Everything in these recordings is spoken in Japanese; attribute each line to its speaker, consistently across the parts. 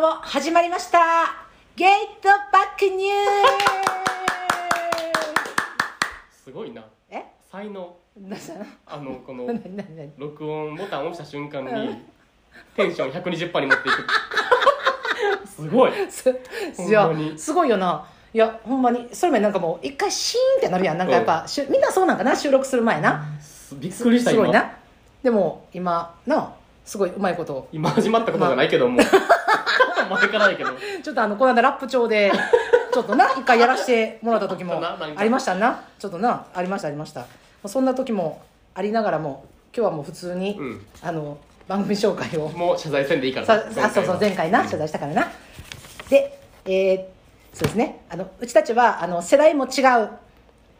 Speaker 1: も始まりましたゲートバックニュー
Speaker 2: すごいな
Speaker 1: え
Speaker 2: 才能
Speaker 1: なさ
Speaker 2: あ のこの
Speaker 1: なななな
Speaker 2: 録音ボタンを押した瞬間
Speaker 1: う
Speaker 2: にテンション120%に持っていく すごい
Speaker 1: す
Speaker 2: ほんまに
Speaker 1: いやすごいよないやほんまにそれもなんかもう一回シーンってなるやんなんかやっぱ、しゅみんなそうなんかな収録する前な
Speaker 2: すびっくりした
Speaker 1: すごい
Speaker 2: 今
Speaker 1: なでも今なすごいうまいこと
Speaker 2: 今始まったことじゃないけども前からやけど
Speaker 1: ちょっとあのこの間ラップ調 でちょっとな一回やらしてもらった時
Speaker 2: あっ
Speaker 1: も
Speaker 2: たななんか
Speaker 1: ありましたなちょっとなありましたありましたそんな時もありながらも今日はもう普通に、
Speaker 2: うん
Speaker 1: あの番組紹介を
Speaker 2: もう謝罪せんでいいから
Speaker 1: さ
Speaker 2: な今回
Speaker 1: あ
Speaker 2: は
Speaker 1: そうそう前回な謝罪したからなでえーそうですねあのうちたちはあの世代も違う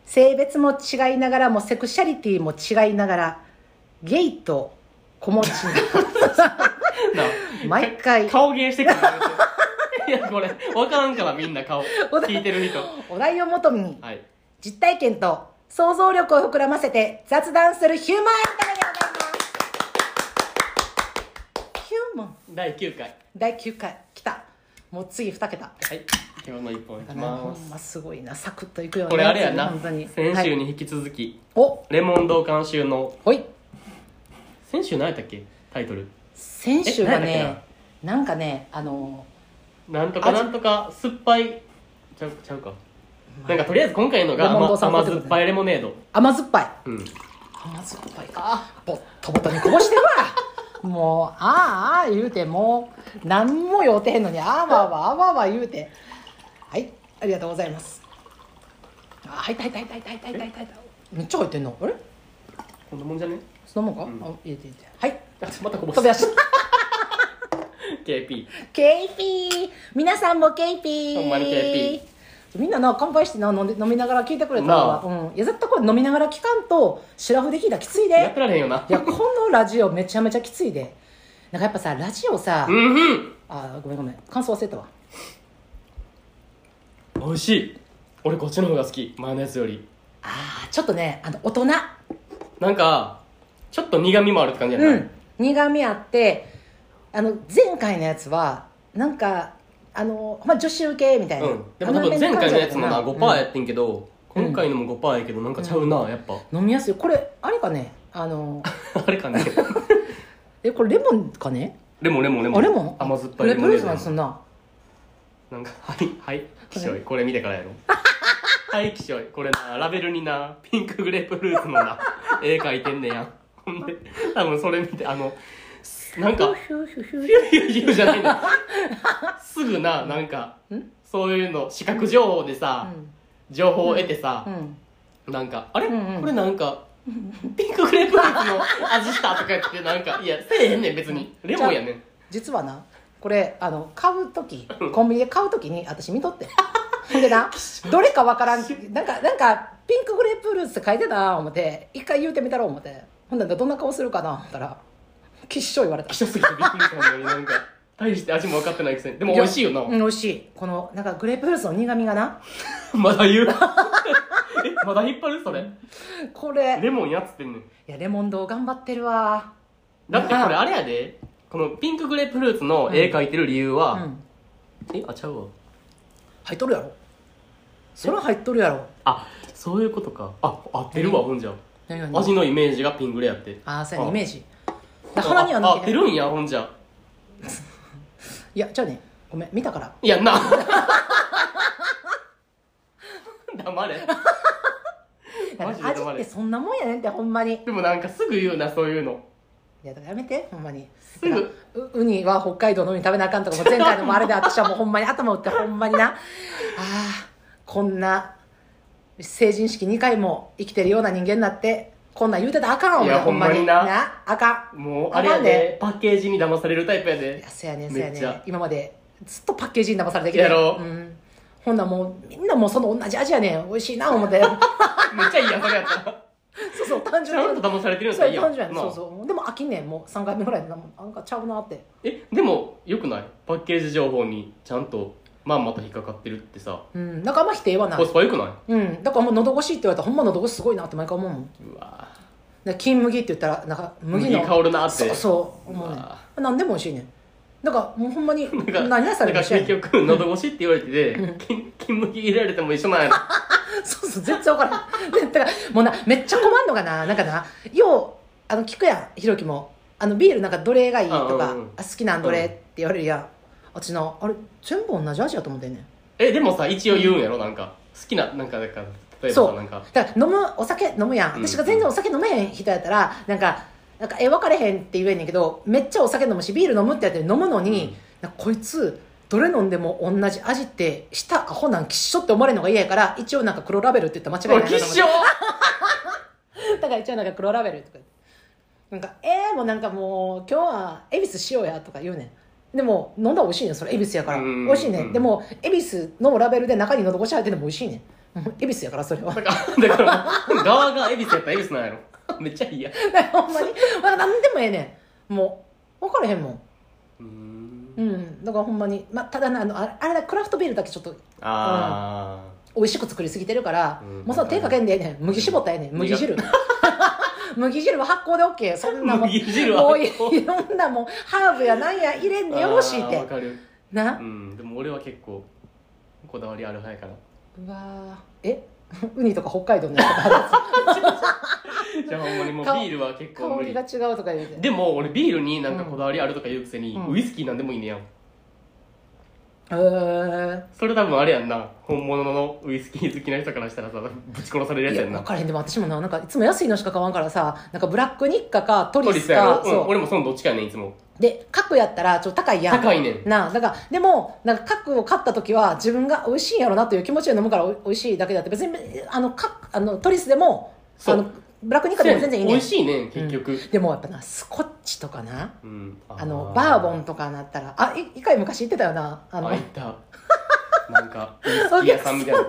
Speaker 1: 性別も違いながらもセクシャリティも違いながらゲイと子 持ち
Speaker 2: な
Speaker 1: 毎回
Speaker 2: 顔芸してくる いやこれ分からんからみんな顔聞いてる人
Speaker 1: お題を求めに
Speaker 2: はい
Speaker 1: 実体験と想像力を膨らませて雑談するヒューマンエンタメでございますヒューマン
Speaker 2: 第9回
Speaker 1: 第9回来たもう次2桁
Speaker 2: はい今日の一本いき
Speaker 1: だからほ
Speaker 2: ま
Speaker 1: ん
Speaker 2: す
Speaker 1: ますごいなサクッといくよね
Speaker 2: これあれやな
Speaker 1: 本当に
Speaker 2: 先週
Speaker 1: はい
Speaker 2: に引き続き、
Speaker 1: お
Speaker 2: レモン堂監修の
Speaker 1: ほい
Speaker 2: 先週何やったっけタイトル
Speaker 1: 先週が
Speaker 2: え何やっ
Speaker 1: ねなんかねあの
Speaker 2: なんとかなんとか酸っぱいちゃうちゃうか
Speaker 1: まあ
Speaker 2: なんかとりあえず今回のが
Speaker 1: レモン
Speaker 2: 甘
Speaker 1: 堂さん
Speaker 2: 甘酸っぱいレモネード
Speaker 1: 甘酸っぱい
Speaker 2: うん
Speaker 1: 甘酸っぱいかボットボトにこぼしてるわもうあーあー言うてもう何も酔うてへんのにあわわあわわ言うてはいありがとうございますあー入った入った入った入った入った入った入っためっちゃ入ってんのあれ
Speaker 2: こんなもんじゃね
Speaker 1: そのま
Speaker 2: うん
Speaker 1: まか、あ入れて入れてはい
Speaker 2: あまたこぼ
Speaker 1: 飛
Speaker 2: し
Speaker 1: び
Speaker 2: た
Speaker 1: 出し
Speaker 2: KP
Speaker 1: KP 皆さんも KP
Speaker 2: ほんまに KP
Speaker 1: みんなな乾杯してな飲んで飲みながら聞いてくれたら、うん、いや絶対これ飲みながら聞かんとシラフで聞いたらきついで
Speaker 2: やってられへんよない
Speaker 1: やこのラジオめちゃめちゃきついでなんかやっぱさラジオさ、
Speaker 2: うんうん
Speaker 1: あごめんごめん感想忘れたわ
Speaker 2: 美味しい俺こっちの方が好き前のやつより
Speaker 1: あーちょっとねあの大人
Speaker 2: なんかちょっと苦味もあるって感じやな、
Speaker 1: うん苦みあってあの前回のやつはなんかあの、まあ、女子受けみたいな、
Speaker 2: うんでも多分前回のやつもな5%や
Speaker 1: うん
Speaker 2: ってんけど、今回のも5%やけどなんかちゃうなやっぱ
Speaker 1: 飲みやすいこれあれかねあの
Speaker 2: あれかね
Speaker 1: えこれレモンかね
Speaker 2: レモンレモンレモン
Speaker 1: あレモン
Speaker 2: 甘酸っぱい
Speaker 1: レモ
Speaker 2: レモ
Speaker 1: ン
Speaker 2: ン
Speaker 1: レ
Speaker 2: レ
Speaker 1: モン
Speaker 2: モン
Speaker 1: なんそんな
Speaker 2: なんか、はい、はい、きしょい、これ見てからや ろ。はい、きしょい、これな、ラベルにな、ピンクグレープフルーツのな、絵描いてんねや。ほんで、多分それ見て、あの、なんか、
Speaker 1: ヒューヒューヒューヒュー
Speaker 2: 言うじゃないの。すぐな、なんか、そういうの、視覚情報でさ、情報を得てさ
Speaker 1: う、ん
Speaker 2: なんか、あれ
Speaker 1: うんうん
Speaker 2: これなんか、ピンクグレープフルーツの味したとか言って、なんか、いや、せえへんねん、別に。レモンやねん。
Speaker 1: 実はなこれあの買う時コンビニで買う時に私見と ってほんでなどれかわからんなんかなんかピンクグレープフルーツって書いてたな思って一回言うてみたろう思ってほんでどんな顔するかな思ったらきっしょ言われた
Speaker 2: きしょすぎてびっくりしたのに、なんか、大して味も分かってないくせに。でも美味しいよな。
Speaker 1: うん美味しいこのなんかグレープフルーツの苦みがな
Speaker 2: まだ言うえまだ引っ張るそれ
Speaker 1: これ
Speaker 2: レモンやっつってんねん
Speaker 1: いやレモン堂頑張ってるわ
Speaker 2: だってこれ
Speaker 1: な
Speaker 2: あれやでこのピンクグレープフルーツの絵描いてる理由
Speaker 1: う
Speaker 2: は、
Speaker 1: ん
Speaker 2: えあちゃうわ
Speaker 1: 入っとるやろそら入っとるやろ
Speaker 2: あそういうことかあ合ってるわほんじゃ
Speaker 1: 何々
Speaker 2: 味のイメージがピンクレやって
Speaker 1: ああそうやねイメージだ
Speaker 2: あ
Speaker 1: 鼻には
Speaker 2: あ
Speaker 1: 抜
Speaker 2: 合っ
Speaker 1: け
Speaker 2: て
Speaker 1: てない
Speaker 2: るんやほんじゃ
Speaker 1: いやじゃあねごめん見たから
Speaker 2: いやな 黙れマジで
Speaker 1: 味
Speaker 2: 黙
Speaker 1: って
Speaker 2: れ
Speaker 1: そんなもんやねんってほんまに
Speaker 2: でもなんかすぐ言うなそういうの
Speaker 1: いやだからやめてほんまに
Speaker 2: すぐ
Speaker 1: だからうウニは北海道のウニ食べなあかんとかも前回のもあれで私はもうほんまに頭打ってほんまになああこんな成人式2回も生きてるような人間になってこんなん言うてたらあかんわ
Speaker 2: いや
Speaker 1: ほんまに
Speaker 2: ほんまにな
Speaker 1: あかん
Speaker 2: もうあれや
Speaker 1: あかん
Speaker 2: でパッケージに騙されるタイプや
Speaker 1: い
Speaker 2: で
Speaker 1: やせやねんせや
Speaker 2: め
Speaker 1: ね
Speaker 2: っち
Speaker 1: ん
Speaker 2: ゃ
Speaker 1: 今までずっとパッケージに騙されてきて
Speaker 2: やろ
Speaker 1: うん、ほんならもうみんなもうその同じ味やねん美味しいな思って
Speaker 2: めっちゃいいやんそれやったら
Speaker 1: そうそう単
Speaker 2: ち
Speaker 1: 純
Speaker 2: ゃ
Speaker 1: に
Speaker 2: んと騙されてるん
Speaker 1: そ
Speaker 2: だ
Speaker 1: う
Speaker 2: いいやん
Speaker 1: 単純やねん
Speaker 2: なあ
Speaker 1: そうそうでも飽きんねんもう3回目ぐらいでなんかちゃうなって
Speaker 2: えでもよくないパッケージ情報にちゃんとまんまと引っかかってるってさ
Speaker 1: うんなんかあんま否定はない
Speaker 2: コスパよくない
Speaker 1: うん、だからもう喉越しって言われたらほんま喉越しすごいなって毎回思うもん
Speaker 2: うわぁ
Speaker 1: で金麦って言ったらなんか麦
Speaker 2: 麦
Speaker 1: の
Speaker 2: 香るなって
Speaker 1: そうそう思うね
Speaker 2: うわ
Speaker 1: ん何でも美味しいねんなんかもうほんまに
Speaker 2: なんか、
Speaker 1: 何やされ
Speaker 2: なんか
Speaker 1: ました
Speaker 2: 結局、喉越しって言われて
Speaker 1: うん
Speaker 2: て、金、金麦入れられても一緒なんやろ。
Speaker 1: そうそう全然分からんで だからもうなめっちゃ困んのかななんかなようあの聞くやんひろきもあのビールなんかどれがいいとか、
Speaker 2: うんうんうん
Speaker 1: あ好きなんどれって言われるやんあっちのあれ全部同じ味やと思ってんねん
Speaker 2: え、でもさ、一応言うんやろなんか、好きな、なんか、なんか、例えば
Speaker 1: そ
Speaker 2: さ、
Speaker 1: う
Speaker 2: なんか、
Speaker 1: だから飲むお酒飲むやん
Speaker 2: うん
Speaker 1: 私が全然お酒飲めへん人やったらなんかなんかえ分かれへんって言えんねんけどめっちゃお酒飲むしビール飲むってやって飲むのに、なんかこいつどれ飲んでも同じ味ってしたアホなんきっしょって思われるのが嫌やから一応なんか黒ラベルって言ったら間違い
Speaker 2: お
Speaker 1: ないいな
Speaker 2: き
Speaker 1: と
Speaker 2: っ
Speaker 1: 思っ
Speaker 2: してょ
Speaker 1: だから一応なんか黒ラベルとか言ってなんか「えー、もうなんかもう今日は恵比寿しようや」とか言うねんでも飲んだら美味しいねんそれ恵比寿やから
Speaker 2: うん
Speaker 1: 美味しいね
Speaker 2: うんん
Speaker 1: でも恵比寿のラベルで中にのどごし入ってても美味しいねんうん恵比寿やからそれは
Speaker 2: だから、 だから、側が恵比寿やったら恵比寿なんやろ。めっちゃいいや。
Speaker 1: だから ほんまに、まあ、何でもええねんもう分からへんもん
Speaker 2: うーん。
Speaker 1: うんだからほんまに、まあ、ただなあのあれあれだクラフトビールだけちょっと
Speaker 2: あ
Speaker 1: 美味しく作りすぎてるから、
Speaker 2: うん
Speaker 1: もうその手かけんでええねん麦絞ったらええねん麦汁麦汁は発酵で OK そんなもん
Speaker 2: 麦汁は
Speaker 1: もうい
Speaker 2: 発酵
Speaker 1: いろんなもんハーブやなんや入れん
Speaker 2: ー。
Speaker 1: でよろしいっ
Speaker 2: あーわ
Speaker 1: て
Speaker 2: かる。
Speaker 1: な
Speaker 2: う、ん。でも俺は結構、こだわりある派やから。
Speaker 1: うわーえウニとか北海道のやつとか
Speaker 2: じゃあほんまにもうビ
Speaker 1: 香
Speaker 2: ールは結構
Speaker 1: 香
Speaker 2: 無
Speaker 1: り
Speaker 2: 理
Speaker 1: が。違うとか言うて
Speaker 2: でも俺ビールになんかこだわりあるとか言うくせに、
Speaker 1: うん
Speaker 2: ウイスキーなんでもいいねやん。
Speaker 1: へー
Speaker 2: それ多分あれやんな。本物のウイスキー好きな人からしたらさ、ぶち殺されるや
Speaker 1: い
Speaker 2: つ
Speaker 1: や
Speaker 2: やん
Speaker 1: 分
Speaker 2: な。
Speaker 1: からへんでも私もななんかいつも安いのしか買わんからさなんかブラックニッカかト
Speaker 2: ト
Speaker 1: リ
Speaker 2: リ
Speaker 1: ス
Speaker 2: スや
Speaker 1: か
Speaker 2: ろ、
Speaker 1: そう
Speaker 2: うん、俺もそのどっちかやねんいつも
Speaker 1: で角やったらちょっと高いやん
Speaker 2: 高いねん
Speaker 1: なあだからでもなんか角を買った時は自分が美味しいんやろなという気持ちで飲むからお美味しいだけだって別にあのかあのトリスでも
Speaker 2: そ
Speaker 1: あ
Speaker 2: う
Speaker 1: のブラックニッカでも全然いいね
Speaker 2: 美
Speaker 1: ん
Speaker 2: 味しいねん結局、
Speaker 1: でもやっぱなスコッチとかな
Speaker 2: うん
Speaker 1: あのバーボンとかなったらあい一回昔言ってたよなあ
Speaker 2: あ
Speaker 1: の
Speaker 2: のあいたなんかウイスキー屋さんみたいな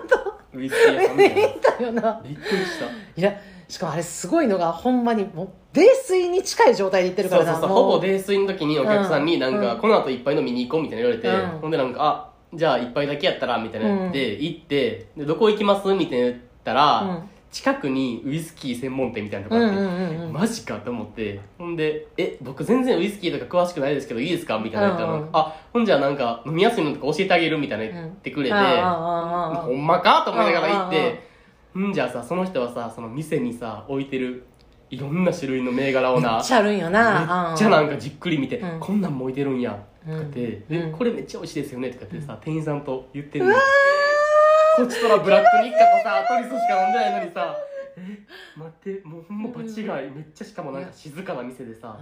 Speaker 2: ウイスキー屋さんみたいな
Speaker 1: 言ったよな
Speaker 2: びっくりした
Speaker 1: いやしかもあれすごいのがほんまにもう泥酔に近い状態で言ってるか
Speaker 2: そう
Speaker 1: らな
Speaker 2: そうそう
Speaker 1: もう
Speaker 2: ほぼ泥酔の時にお客さんになんか、
Speaker 1: うん
Speaker 2: この後一杯飲みに行こうみたいな言われて、
Speaker 1: うん
Speaker 2: ほんでなんかあじゃあ一杯だけやったらみたいな言って、行ってでどこ行きますみたいな言ったら、
Speaker 1: うん
Speaker 2: 近くにウイスキー専門店みたいなと
Speaker 1: う
Speaker 2: こあ
Speaker 1: ん
Speaker 2: っ
Speaker 1: う
Speaker 2: て、
Speaker 1: んうんうん
Speaker 2: マジかと思ってほんで「え僕全然ウイスキーとか詳しくないですけどいいですか?」みたいな言ったら、
Speaker 1: うんうん
Speaker 2: あほんじゃなんか飲みやすいのとか教えてあげるみたいな言ってくれて、
Speaker 1: うんああああああ
Speaker 2: ほんまかと思いながら
Speaker 1: うんうんう
Speaker 2: 行っ
Speaker 1: ん
Speaker 2: て、うんじゃあさその人はさその店にさ置いてるいろんな種類の銘柄を
Speaker 1: め
Speaker 2: な
Speaker 1: っちゃあるんよな
Speaker 2: めっちゃなん
Speaker 1: か
Speaker 2: かじっくり見て、
Speaker 1: うん
Speaker 2: こんなんも置いてるんやとか
Speaker 1: う
Speaker 2: って、
Speaker 1: ん
Speaker 2: で
Speaker 1: うん
Speaker 2: これめっちゃ美味しいですよねとかってさ、店員さんと言ってんのこっちとらブラックニッカとさトリスしか飲んでないのにさえ待ってもうほんま場違い、めっちゃしかもなんか静かな店でさ、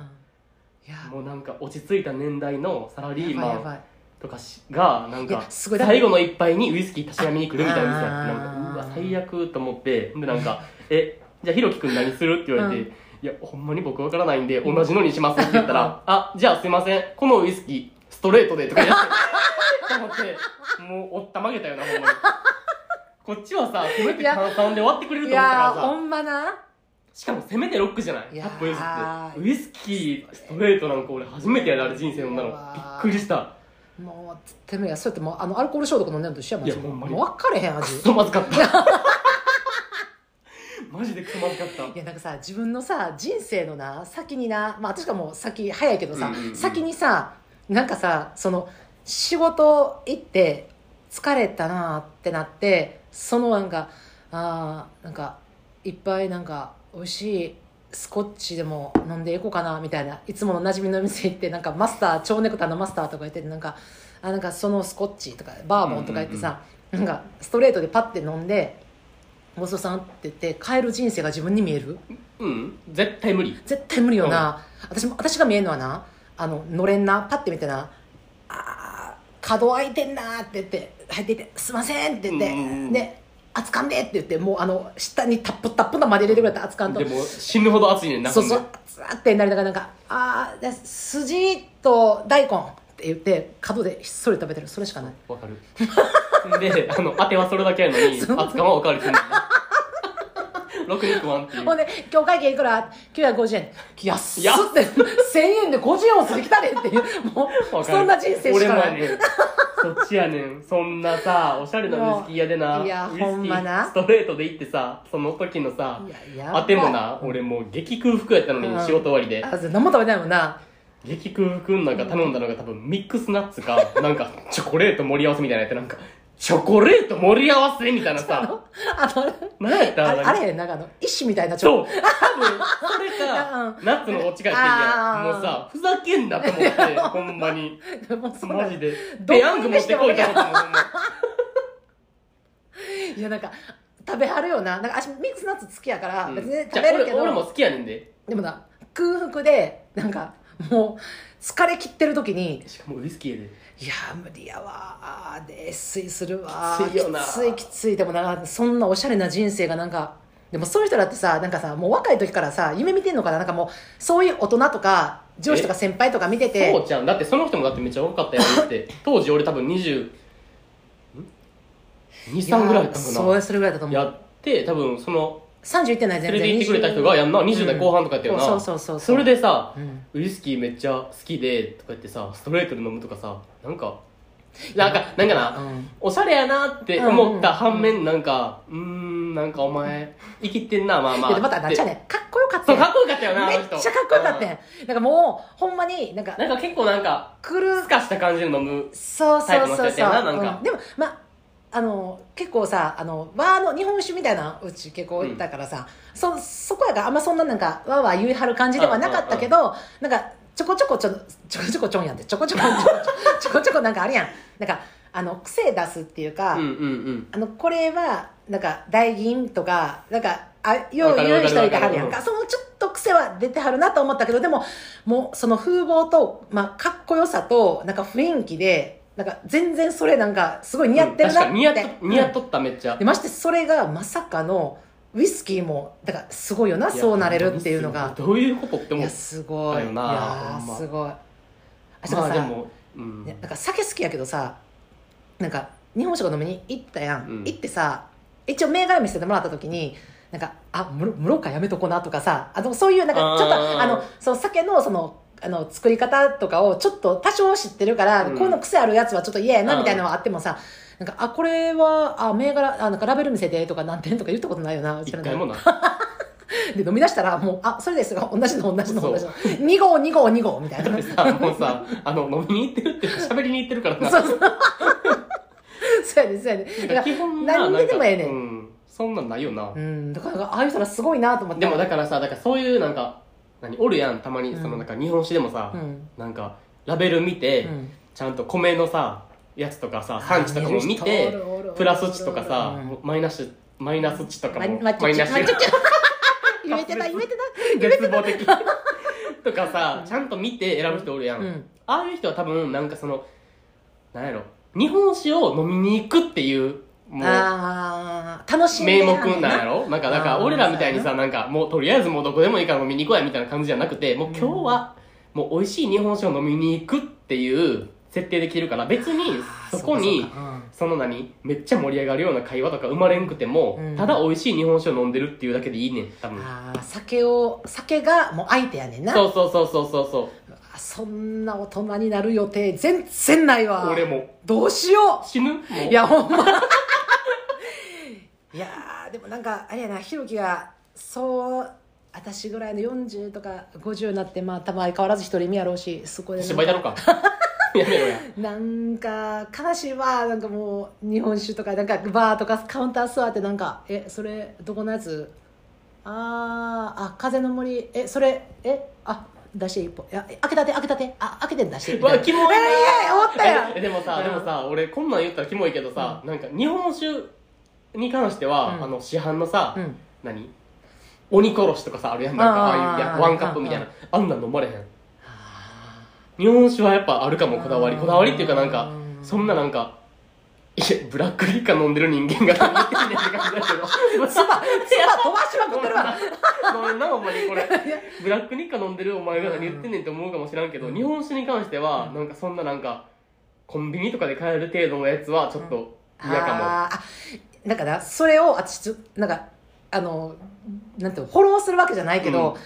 Speaker 1: いや
Speaker 2: もうなんか落ち着いた年代のサラリー
Speaker 1: やばいや
Speaker 2: マ
Speaker 1: ば
Speaker 2: ン
Speaker 1: い
Speaker 2: とかしがなん
Speaker 1: い
Speaker 2: か
Speaker 1: やすごいだって
Speaker 2: 最後の一杯にウイスキーたしなみに来るみたいな店やって
Speaker 1: あー
Speaker 2: なんかうわ最悪と思ってでなんか「えじゃあひろきくん何する?」って言われて「
Speaker 1: う
Speaker 2: いやほんまに僕わからないんで同じのにします」って言ったら「あじゃあすいませんこのウイスキーストレートで」とか言ってと思ってもうおったまげたよなほんまに。こっちはさ、せめて炭酸で終わってくれる
Speaker 1: い
Speaker 2: と思った
Speaker 1: や
Speaker 2: か
Speaker 1: ー
Speaker 2: ら
Speaker 1: ほ
Speaker 2: さ、
Speaker 1: んまな
Speaker 2: しかもせめてロックじゃない
Speaker 1: い
Speaker 2: い
Speaker 1: や
Speaker 2: や
Speaker 1: ー
Speaker 2: っぱウイスキー。ウイスキー、ストレートなんか俺初めてやる、あれ人生の女の
Speaker 1: うわー
Speaker 2: びっくりした。
Speaker 1: もうてめえやそうやってもうあのアルコール消毒飲んでるのと一緒やもん
Speaker 2: いやほんまに
Speaker 1: もう分かれへん味
Speaker 2: クソまずか った。マジでクソまずかった。
Speaker 1: いやなんかさ自分のさ人生のな先になまあ私がもう先早いけどさ、
Speaker 2: うんうんうん
Speaker 1: 先にさなんかさその仕事行って疲れたなってなってそのなんかあーなんかいっぱいなんか美味しいスコッチでも飲んでいこうかなみたいないつもの馴染みの店行ってなんかマスター蝶ネクタイのマスターとか言っててなんかあなんかそのスコッチとかバーボンとか言ってさ、なんかストレートでパッて飲んでごちそうさんって言って変える人生が自分に見える
Speaker 2: うん、絶対無理。
Speaker 1: 絶対無理よな、私も私が見えるのはなあののれんなパッて見てな「あー角開いてんな」って言って入っていって「すいません」って言って
Speaker 2: うん
Speaker 1: 「で熱かんで」って言ってもうあの下にタップタップなまで入れてくれた熱かんと
Speaker 2: でも死ぬほど熱いねんな。
Speaker 1: そうそう
Speaker 2: ほんで
Speaker 1: 熱ってなりながらなんか「ああ筋と大根」って言って角でひっそり食べてるそれしかない
Speaker 2: わかる。で、あの、当てはそれだけやのに、熱
Speaker 1: そう
Speaker 2: 感はおかわりするんだよな。6肉ワンっていう
Speaker 1: ほ。んで「今日会計いくら ?950 円」安っ
Speaker 2: 安
Speaker 1: って1000円で50オンスできたねんっていうも
Speaker 2: わ
Speaker 1: う
Speaker 2: かる
Speaker 1: そんな人生しかない
Speaker 2: 俺もやねんそっちやねんそんなさおしゃれなウイスキー屋でない
Speaker 1: や
Speaker 2: ウイスキー
Speaker 1: ほんまな
Speaker 2: ストレートで行ってさその時のさ
Speaker 1: いややばい
Speaker 2: あてもな俺もう激空腹やったのに、
Speaker 1: うん
Speaker 2: 仕事終わりで
Speaker 1: あ何も食べてないもんな
Speaker 2: 激空くんなんか頼んだのが多分ミックスナッツか、 なんかチョコレート盛り合わせみたいなやつなんか、チョコレート盛り合わせみたい なさ、
Speaker 1: あの
Speaker 2: なんやった
Speaker 1: あれ
Speaker 2: なん
Speaker 1: あ
Speaker 2: か
Speaker 1: れやねんなんかあの石みたいなち
Speaker 2: そう
Speaker 1: ょ
Speaker 2: 多分それか、
Speaker 1: う
Speaker 2: ナッツのオチがってんや
Speaker 1: あ
Speaker 2: ん。
Speaker 1: ー
Speaker 2: もうさ、ふざけんなと 思って、ほんまに。
Speaker 1: もうそう
Speaker 2: マ
Speaker 1: だ
Speaker 2: ジ
Speaker 1: ね
Speaker 2: で。
Speaker 1: どう
Speaker 2: ペヤング持ってこいと思ったもんほんま
Speaker 1: いやなんか食べはるよななんか私ミックスナッツ好きやから、
Speaker 2: うん
Speaker 1: 別に食
Speaker 2: じゃあ
Speaker 1: べるけ
Speaker 2: 俺俺も
Speaker 1: ど
Speaker 2: 好きやねんで。
Speaker 1: でもな空腹でなんかもう疲れ切ってる時に
Speaker 2: しかもウイスキーやで。
Speaker 1: いやー無理やわーで越水するわー
Speaker 2: きついよな
Speaker 1: きついきついでもなそんなおしゃれな人生がなんかでもそういう人だってさなんかさもう若い時からさ夢見てんのかななんかもうそういう大人とか上司とか先輩とか見てて
Speaker 2: そうちゃん。だってその人もだってめっちゃ多かったやんって。当時俺多分20、ん ?2、
Speaker 1: いやー
Speaker 2: 3ぐらいだったか
Speaker 1: そう
Speaker 2: な。
Speaker 1: それぐらいだと思
Speaker 2: や
Speaker 1: う
Speaker 2: って、多分その、
Speaker 1: 30いってない全然
Speaker 2: 連れて行ってくれた人がやんな、20代後半とかやったよな。
Speaker 1: そうそうそう
Speaker 2: それでさ、
Speaker 1: うん
Speaker 2: ウイスキーめっちゃ好きでとか言ってさストレートで飲むとかさなんかなんかなんかな、
Speaker 1: うん
Speaker 2: おしゃれやなって
Speaker 1: うん
Speaker 2: 思
Speaker 1: う
Speaker 2: っ
Speaker 1: んうん
Speaker 2: た反面、なんかうーんなんかお前生きてんなまあま
Speaker 1: いや
Speaker 2: あ
Speaker 1: でまたなっちゃう
Speaker 2: ね
Speaker 1: ねかっこよかった
Speaker 2: そう
Speaker 1: よ
Speaker 2: かっこよかったよな
Speaker 1: めっ
Speaker 2: あの人
Speaker 1: ちゃかっこよかったねなんかもうほんまになんか
Speaker 2: うんなんか結構なんか
Speaker 1: 来る
Speaker 2: ふかした感じで飲む
Speaker 1: そうそう
Speaker 2: タ
Speaker 1: そ
Speaker 2: イ
Speaker 1: う
Speaker 2: プ
Speaker 1: そう、
Speaker 2: の人やったよななんか
Speaker 1: うんでもまああの結構さあの和の日本酒みたいなうち結構いたからさ、そそこやからあんまそんななんかわーわー言い張る感じではなかったけど、なんかちょこちょこちょちょこちょこちょんやんってちょこちょこちょこちょこちょこなんかあるやんなんかあの癖出すっていうか、
Speaker 2: うんうんうん
Speaker 1: あのこれはなんか大銀とかなんかあよう言う人いてはるやん
Speaker 2: わかるわかるわか
Speaker 1: か
Speaker 2: る
Speaker 1: そのちょっと癖は出てはるなと思ったけどでももうその風貌と、まあ、かっこよさとなんか雰囲気でなんか全然それなんかすごい似合ってるなって、
Speaker 2: うん確かに似合っと似合っ
Speaker 1: と
Speaker 2: とっためっちゃ、
Speaker 1: ましてそれがまさかのウイスキーもだからすごいよない
Speaker 2: や
Speaker 1: そうなれるっていうのが
Speaker 2: どういうことって
Speaker 1: い
Speaker 2: 思う
Speaker 1: やすごい
Speaker 2: だよない
Speaker 1: やー
Speaker 2: ほんます
Speaker 1: ごいあしか
Speaker 2: ま
Speaker 1: も
Speaker 2: あ
Speaker 1: さ、
Speaker 2: でも、うん
Speaker 1: ね、なんか酒好きやけどさなんか日本酒が飲みに行ったやん、
Speaker 2: うん
Speaker 1: 行ってさ一応銘柄見せてもらった時になんか「あ室室岡やめとこな」とかさあのそういうなんか
Speaker 2: あー
Speaker 1: ちょっとあのその酒のそのあの作り方とかをちょっと多少知ってるから、
Speaker 2: うん
Speaker 1: こういうの癖あるやつはちょっと嫌やな
Speaker 2: うん
Speaker 1: みたいなのはあってもさなんかあこれはあ銘柄あなんかラベル見せてとか何点とか言ったことないよな
Speaker 2: 一回もな
Speaker 1: で飲み出したらもうあそれですが同じの同じの
Speaker 2: そう
Speaker 1: 同じの2号2号2号みたいな
Speaker 2: だってさもうさあの飲みに行ってるって喋りに行ってるからな
Speaker 1: そうそう。そうやね、そうやね。だか
Speaker 2: 基本
Speaker 1: ら、何にでもええね。
Speaker 2: なんんかうん、そんなんないよな
Speaker 1: う、ん、だから、ああいう人らすごいなと思って。
Speaker 2: でもだ
Speaker 1: か
Speaker 2: からさだからそういうなんか何おるやんたまに
Speaker 1: うん
Speaker 2: そのなんか日本酒でもさ、
Speaker 1: うん。
Speaker 2: なんかラベル見て、
Speaker 1: うん
Speaker 2: ちゃんと米のさやつとかさ産地とかも見
Speaker 1: あー見る人お
Speaker 2: て
Speaker 1: るおるおる
Speaker 2: プラス値とかさ、
Speaker 1: うん
Speaker 2: マイナスマイナス値とか
Speaker 1: ま、
Speaker 2: も
Speaker 1: ま、ちょ、
Speaker 2: マイ
Speaker 1: ちょ、
Speaker 2: ナ
Speaker 1: ち
Speaker 2: ス
Speaker 1: ょ、ちょ、 言えてない、言えて
Speaker 2: 絶 望的とかさちゃんと見て選ぶ人おるやん、
Speaker 1: ない。うん。
Speaker 2: ああいう人は多分なんかそのなんやろ日本酒を飲みに行くっていうもう
Speaker 1: ああ、楽しんで
Speaker 2: 名
Speaker 1: やんねん
Speaker 2: 目なんやろなんか、なん
Speaker 1: あ
Speaker 2: か、
Speaker 1: ー
Speaker 2: 俺らみたいに
Speaker 1: そう
Speaker 2: さ、なんか、もうとりあえずもうどこでもいいから飲みに行こうやみたいな感じじゃなくて、もう今日は、もう美味しい日本酒を飲みに行くっていう設定できてるから、別に
Speaker 1: あー
Speaker 2: そこ
Speaker 1: う
Speaker 2: に
Speaker 1: か、そうか
Speaker 2: その何めっちゃ盛り上がるような会話とか生まれんくても
Speaker 1: うん、
Speaker 2: ただ美味しい日本酒を飲んでるっていうだけでいいねん、多
Speaker 1: うん
Speaker 2: 分。
Speaker 1: ああ、酒を、酒がもう相手やねんな。
Speaker 2: そうそうそうそうそうそう。
Speaker 1: あそんな大人になる予定全然ないわ。
Speaker 2: 俺。も。
Speaker 1: どうしよう。
Speaker 2: 死ぬもう
Speaker 1: いや、ほんま。 いやー、でもなんか、あれやな、ひろきが、そう、私ぐらいの40とか50になって、まあ、多分相変わらず一人身やろうし、そこで
Speaker 2: 芝居だ
Speaker 1: な
Speaker 2: ろ
Speaker 1: んか。
Speaker 2: か。 やめろや。
Speaker 1: なんか、悲しいわ、なんかもう、日本酒とか、なんか、バーとか、カウンター座って、なんか、え、それ、どこのやつあー、あ、風の森、え、それ、え、あ、出して一歩。いや、え開けたて、開けたて、あ、開けて出して。みたい
Speaker 2: わ
Speaker 1: な
Speaker 2: キモいな
Speaker 1: えーいや、思ったやん
Speaker 2: えでもさ
Speaker 1: うん
Speaker 2: でもさ俺こんなん言ったらキモいけどさ、なんか日本酒に関しては、
Speaker 1: うん
Speaker 2: あの市販のさ、
Speaker 1: うん
Speaker 2: 何鬼殺しとかさあるやんなんか
Speaker 1: あ
Speaker 2: あ
Speaker 1: ー
Speaker 2: あいうやワンカップみたいな
Speaker 1: あ
Speaker 2: あんなん飲まれへん日本酒はやっぱあるかもこだわりこだわりっていうかなんか
Speaker 1: うん
Speaker 2: そんななんかいやブラックリカ飲んでる人間が何言ってんねんって感じだけど
Speaker 1: 唾、唾飛ばしまくってるわ。
Speaker 2: ごめんなほんまにこれブラックニッカ飲んでるお前が何言ってんねんって思うかもしらんけど、
Speaker 1: うん
Speaker 2: 日本酒に関しては、なんかそんななんかコンビニとかで買える程度のやつはちょっと 嫌かも、
Speaker 1: あーあなんかなそれを私ちょなんかあのなんていうのフォローするわけじゃないけど、
Speaker 2: うん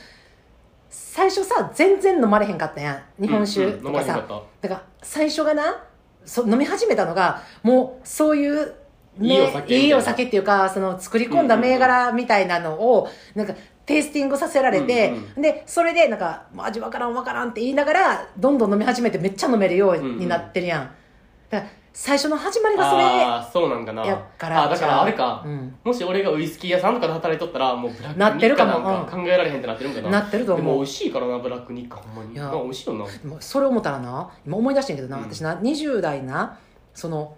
Speaker 1: 最初さ全然飲まれへんかったやん日本酒
Speaker 2: うんうん
Speaker 1: とかさ、
Speaker 2: 飲まれへんかっ
Speaker 1: だから最初がなそ飲み始めたのがもうそういう、
Speaker 2: いいお酒みたいない
Speaker 1: いお酒っていうかその作り込んだ銘柄みたいなのを、なんかテイスティングさせられて、
Speaker 2: うんう
Speaker 1: でそれでなんか「もう味わからんわからん」って言いながらどんどん飲み始めてめっちゃ飲めるようになってるやん、だから最初の始まりがそれ
Speaker 2: ああそうなんかな
Speaker 1: やっから
Speaker 2: あだ
Speaker 1: じ
Speaker 2: か
Speaker 1: ゃ
Speaker 2: らあれか、
Speaker 1: うん
Speaker 2: もし俺がウイスキー屋さんとかで働いとったらもうブラック
Speaker 1: なってるかも
Speaker 2: 日課なんか考えられへんってなってるんかな
Speaker 1: なってると思う
Speaker 2: でも美味しいからなブラック日課ほんまに
Speaker 1: いや
Speaker 2: なんか美味しいよな
Speaker 1: もうそれ思ったらな今思い出してんけどな、
Speaker 2: うん
Speaker 1: 私な20代なその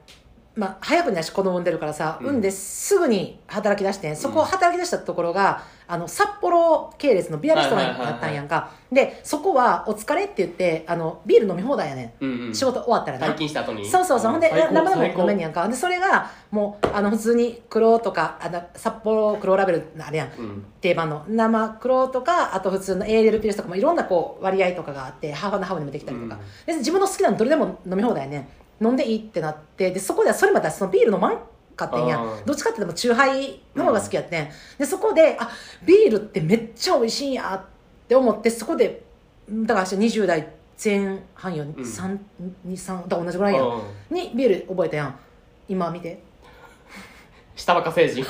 Speaker 1: まあ早くに私子供産んでるからさ、
Speaker 2: うん
Speaker 1: 産んですぐに働き出してんそこ働き出したところがあの札幌系列のビアレストランだったんやんか、でそこは「お疲れ」って言ってあのビール飲み放題やね、
Speaker 2: うんうんん
Speaker 1: 仕事終わったらな
Speaker 2: 退勤した後に
Speaker 1: そうそうそうほんで
Speaker 2: 最
Speaker 1: な
Speaker 2: 高
Speaker 1: 生で
Speaker 2: 最
Speaker 1: も
Speaker 2: 高
Speaker 1: 飲めんねやんかでそれがもうあの普通に黒とかあの札幌黒ラベルあれやん
Speaker 2: うん
Speaker 1: 定番の生黒とかあと普通のエーデルピルスとかもいろんなこう割合とかがあってハーフハーフにもできたりとか、
Speaker 2: うん
Speaker 1: で自分の好きなのどれでも飲み放題やねん飲んでいいってなってでそこではそれまでそのビール飲まんかってんや
Speaker 2: あ
Speaker 1: ん
Speaker 2: ー
Speaker 1: どっちかってでもチューハイの方が好きやってん、でそこであビールってめっちゃ美味しいんやって思ってそこでだから私20代前半よ、
Speaker 2: ん
Speaker 1: 三二三だから同じぐらいやん
Speaker 2: うん
Speaker 1: にビール覚えたやん今見て
Speaker 2: 下バカ 成人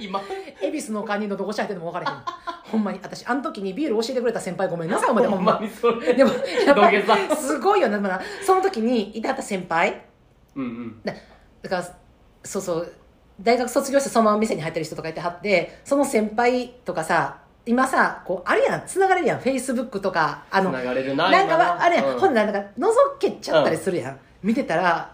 Speaker 2: 今
Speaker 1: 恵比寿のカニのどこし入ってんのも分からへ んほんまに私あの時にビール教えてくれた先輩ごめんなさいほんまで
Speaker 2: ほ
Speaker 1: ほ
Speaker 2: ん
Speaker 1: ん
Speaker 2: ま
Speaker 1: ま
Speaker 2: にそれ
Speaker 1: でもやっぱり
Speaker 2: 土下座
Speaker 1: すごいよねまだその時にいたった先輩
Speaker 2: うんうん
Speaker 1: だだからそうそう大学卒業してそのまま店に入ってる人とかいてはってその先輩とかさ今さこうあるやんつながれるやんフェイスブックとかあの
Speaker 2: 流れるな
Speaker 1: なんかはあれやん、
Speaker 2: うん
Speaker 1: ほんならなんか覗けちゃったりするやん、見てたら